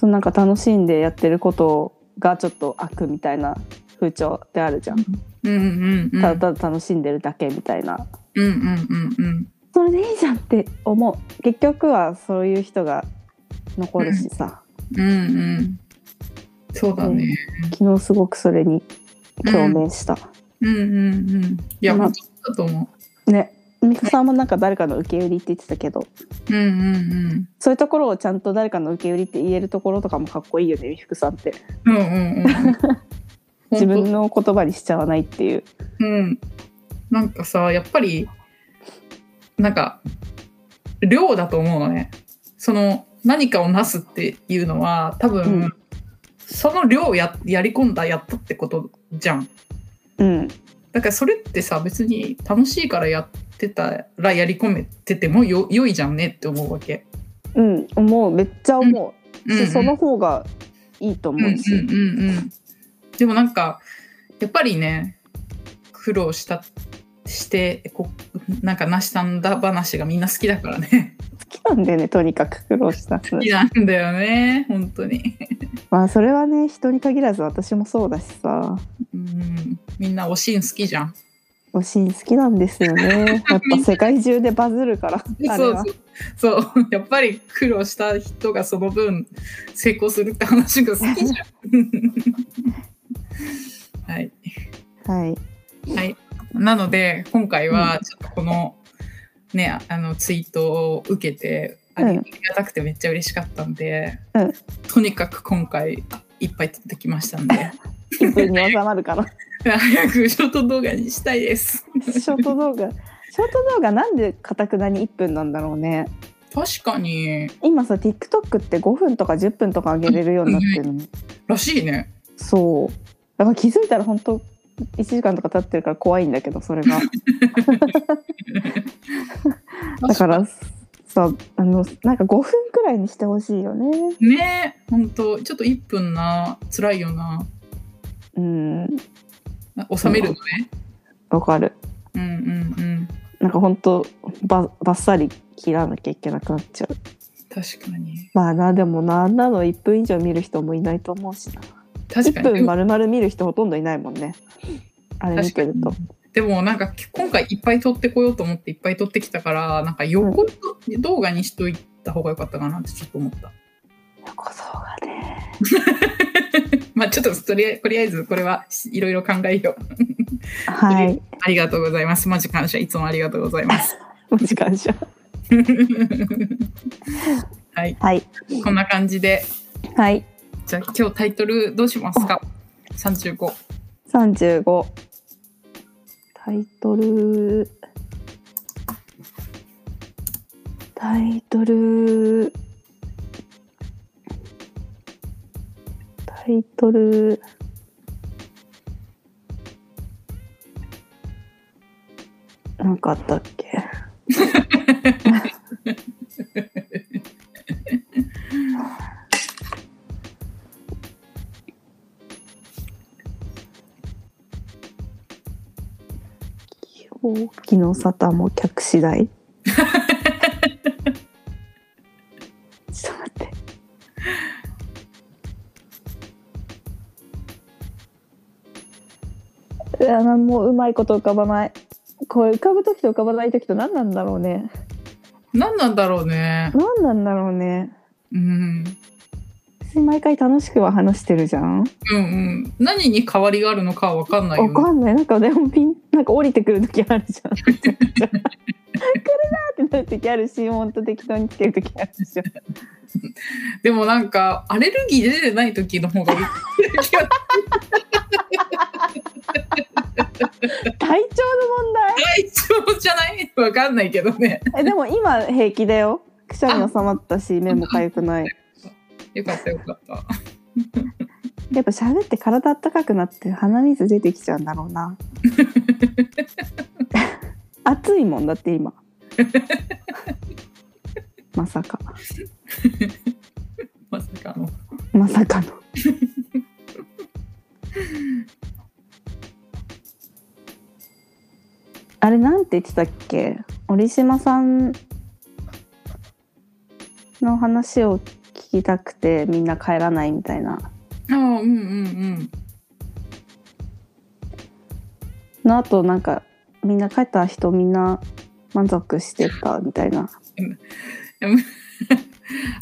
そのなんか楽しんでやってることがちょっと悪みたいな風潮ってあるじゃん。
うんうんうん
ただただ楽しんでるだけみたいな。
うんうんうんうん
それでいいじゃんって思う。結局はそういう人が残るしさ。
うんうんそうだね
昨日すごくそれに共鳴した。
うんうんうんいや
まあ
本当だと思
ね。ミカさんもなんか誰かの受け売りって言ってたけど、
ううんうん
そういうところをちゃんと誰かの受け売りって言えるところとかもかっこいいよね、美福さんって。
うんうんうんうん
自分の言葉にしちゃわないっていう。
うん、なんかさやっぱりなんか量だと思うのねその何かをなすっていうのは多分、
うん
その量をややり込んだやったってことじゃん
うん。
だからそれってさ別に楽しいからやってたらやり込めててもよ良いじゃんねって思うわけ、
うん。思う。めっちゃ思う。
うんう
し
ん
その方がいいと思うし、
うんうんうんうん、でもなんかやっぱりね苦労したしてこなんかなしたんだ話がみんな好きだからね
好きなんだよねとにかく苦労した
好きなんだよね本当に、
まあそれはね人に限らず私もそうだしさ
うん、みんなおしん好きじゃん
おしん好きなんですよ ねやっぱ世界中でバズるからあれ
そう
は
そうそうやっぱり苦労した人がその分成功するって話が好きじゃ んはい
はい
はい。なので、今回は、ちょっとこの、ね、あの、ツイートを受けて、あり
うん
ありがたくてめっちゃ嬉しかったんで、
うん
とにかく今回、いっぱい撮ってきました んで、
1分に収まるか な
早くショート動画にしたいです。
ショート動画ショート動画なんでかたくなに1分なんだろうね
確かに、
今さ TikTok って5分とか10分とか上げれるようになってるの、
らしいね。
そうだから気づいたら本当1時間とか経ってるから怖いんだけどそれ がだからさあのなんか5分くらいにしてほしいよね。
ねえ、ほんと、ちょっと1分な、辛いよな。
うん
収めるのね。
わかる。
うんうんうん。
なんか本当ばばっさり切らなきゃいけなくなっちゃう。
確かに。
まあなでもなあんなの1分以上見る人もいないと思うしな。
確か
1
に。
分丸々見る人ほとんどいないもんね。あれ見てると。
でもなんか今回いっぱい撮ってこようと思っていっぱい撮ってきたからなんか横動画にしといた方が良かったかなってちょっと思った。
横そうがね。
まあちょっととりあえとりあえずこれはいろいろ考えよ う。
はい。
ありがとうございます。マジ感謝。いつもありがとうございます。
お時間じゃ。
はい、
はい
こんな感じで。
はい。
じゃあ今日タイトルどうしますか ?35。
35タイトルタイトルタイトルなんかあったっけ大きの沙汰も客次第ちょっと待ってうわなんもううまいこと浮かばないこれ浮かぶ時と浮かばない時と何なんだろうね
何なんだろうね。
何なんだろうね
うん。
別に毎回楽しくは話してるじゃん
うんうん。何に変わりがあるのかは分かんないよ、
わ
ね。
かんないなんかでもピンなんか降りてくる時あるじゃん来るなーってなる時あるし本当適当につける時あるでしょ
でもなんか、アレルギー出てない時の方がいい
体調の問題
体調じゃない分かんないけどね。
えでも今平気だよくしゃみも収まったし目もかゆくない
よかったよかった。
やっぱ喋って体あったかくなって鼻水出てきちゃうんだろうな暑いもんだって今まさか
まさかの。
まさかの あれなんて言ってたっけ折島さんの話を聞きたくてみんな帰らないみたいな
ああ、うんうん
のあとなんかみんな帰った人みんな満足してたみたいな
うん。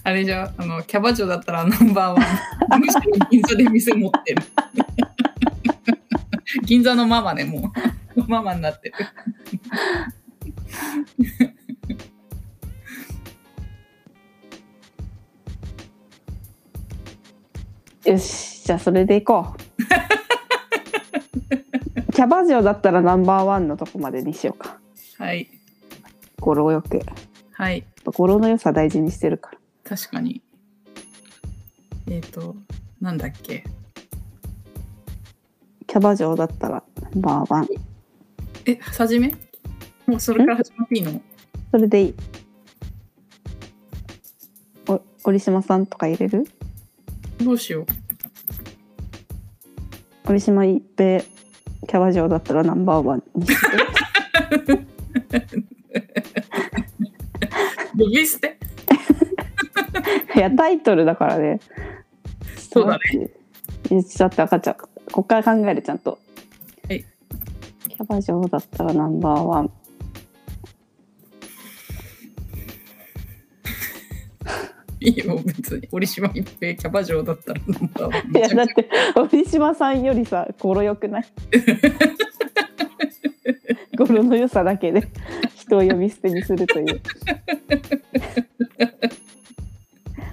あれじゃあのキャバ嬢だったらナンバー ワンむしろ銀座で店持ってる銀座のママねもうママになってる
よしじゃあそれで行 こうキャバ嬢だったらナンバーワンのとこまでにしようか
はい
語呂よく
はい
語呂の良さ大事にしてるから
確かにえっ、となんだっけ
キャバ嬢だったらナンバーワン
え初めもうそれから始まっていいの
それでいいお折島さんとか入れる
どうしよ
折島一平キャバ嬢だったらナンバーワンに して
う呼び捨て
いやタイトルだからね
そうだ
ね言っちゃって分かっちゃうこっから考えるちゃんと
はい
キャバ嬢だったらナンバーワン
いいよ別に折島一平キャバ嬢だったらナンバーワン
いやだって折島さんよりさ語呂良くない 語呂の良さだけで人を呼び捨てにするという、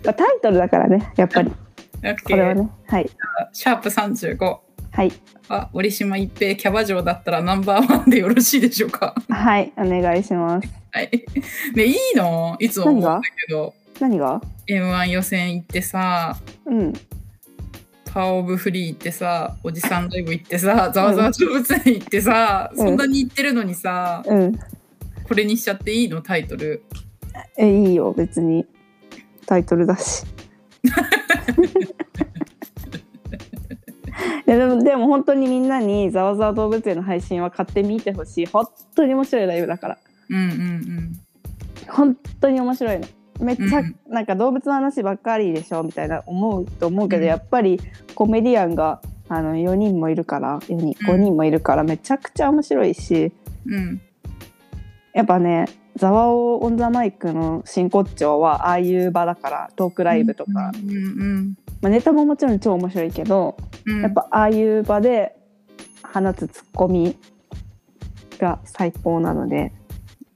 まあ、タイトルだからねやっぱり
オッ
こ
ケ
れは
ー
ねはい
シャープ35
はい
あ折島一平キャバ嬢だったらナンバーワンでよろしいでしょうか
はいお願いします
はいねいいのいつも思うんだけど
何が
m 1予選行ってさ
うん
パワーオブフリー行ってさおじさんライブ行ってさざわざわ動物園行ってさ、そんなに行ってるのにさ
うん
これにしちゃっていいのタイトル
えいいよ別にタイトルだ しいやでもでも本当にみんなに「ざわざわ動物園」の配信は買ってみてほしい本当に面白いライブだから
うんうん
本当に面白いのめっちゃ、
うん
なんか動物の話ばっかりでしょみたいな思うと思うけど、
うん
やっぱりコメディアンがあの4人もいるから4人
うん
5人もいるからめちゃくちゃ面白いし
うんうん
やっぱね「ざわおオン・ザ・マイク」の真骨頂はああいう場だからトークライブとか、
うんうん
まあ、ネタももちろん超面白いけど、
うん
やっぱああいう場で放つツッコミが最高なので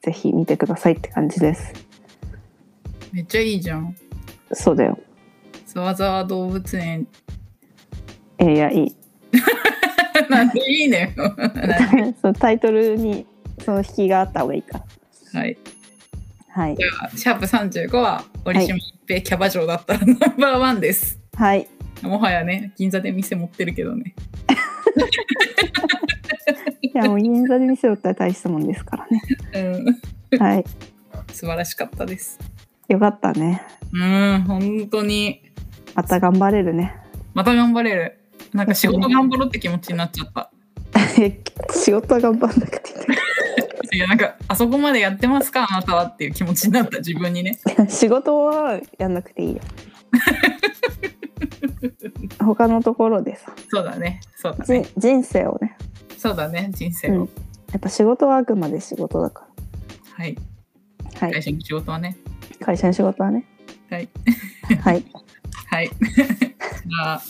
ぜひ見てくださいって感じです
めっちゃいいじゃん
そうだよ
ざわざわ動物園
えーいやいい
なん でいいね
そのタイトルにその引きがあった方がいいから
はい
はい
ではシャープ35は折島一平キャバ嬢だったらナンバーワンです。
はい
もはやね、銀座で店持ってるけどね。
いやもう銀座で見せろったら大したもんですからね
うん、
はい
素晴らしかったです。
よかったね
うん、本当に。
また頑張れる ね
また頑張れる。なんか仕事頑張ろうって気持ちになっちゃった。
仕事は頑張んなくていいんだけ
いやなんかあそこまでやってますかあなたはっていう気持ちになった自分にね
仕事はやんなくてい いよ他のところでさ
そうだねそうだ
じ
ね
人生をね、
そうだね人生
う
を、
ん、やっぱ仕事はあくまで仕事だか
はい
ら、は
会
い、
社の仕事はね
会社の仕事は ね
はい
はい
はい じゃあ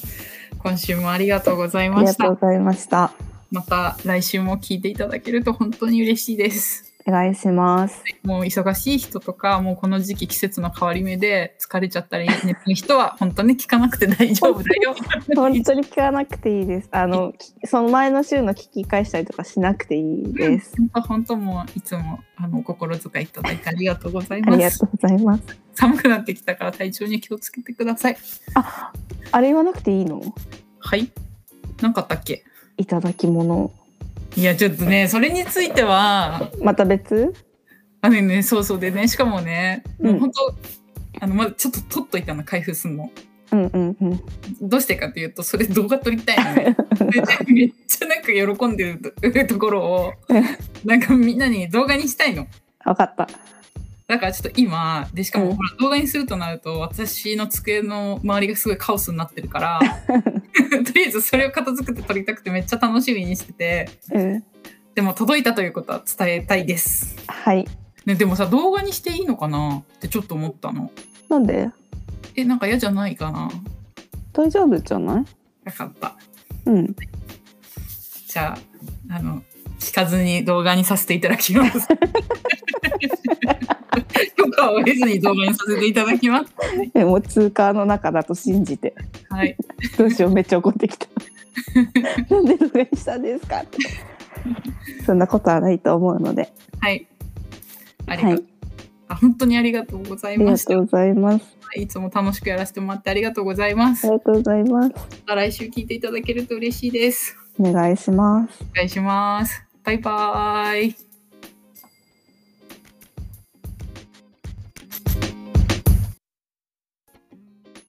今週もありがとうござい
あり
ま
が
し
とうご
た
ざいました
また来週も聞いていただけると本当に嬉しいです
お願いします
もう忙しい人とかもうこの時期季節の変わり目で疲れちゃったり寝てる人は本当に聞かなくて大丈夫だよ
本当に聞かなくていいですあのきその前の週の聞き返したりとかしなくていいです
本当本当もういつもあのお心遣いいただいてありがとうござい
あ
ま
りが
す
とうございます
寒くなってきたから体調に気をつけてください
あれ言わなくていいの
はい何かあったっけ
いただき物
いやちょっとねそれについては
また別
あのねそうそうでねしかもね、
うん
もう本当あのまだちょっと取っといたの開封すんの
うんうん うん
どうしてかというとそれ動画撮りたいのねでめっちゃなんか喜んでるとところをなんかみんなに動画にしたいの
分かった
だからちょっと今でしか
う
も
ん
ほら動画にするとなると私の机の周りがすごいカオスになってるから とりあえずそれを片付けて撮りたくてめっちゃ楽しみにしてて
うん
でも届いたということは伝えたいです、
はい
ね、でもさ動画にしていいのかなってちょっと思ったの
なんで
えなんか嫌じゃないかな
大丈夫じゃない
分かった
うん
じゃああの聞かずに動画にさせていただきます 許可を得ずに動画にさせていただきます
えもう通貨の中だと信じ て
はい
どうしようめっちゃ怒って きたなんでどれにしたんですかってそんなことはないと思うので
はい。ありが
は
とう、
い
あ本当にありがとうござ
あ
い
りが
ました
と。うございます
いつも楽しくやらせてもらってありがとうございま
あ
す。
り
ま
がとうございます
た来週聞いていただけると嬉しいです。
お願いします
お願いします。バイバーイ。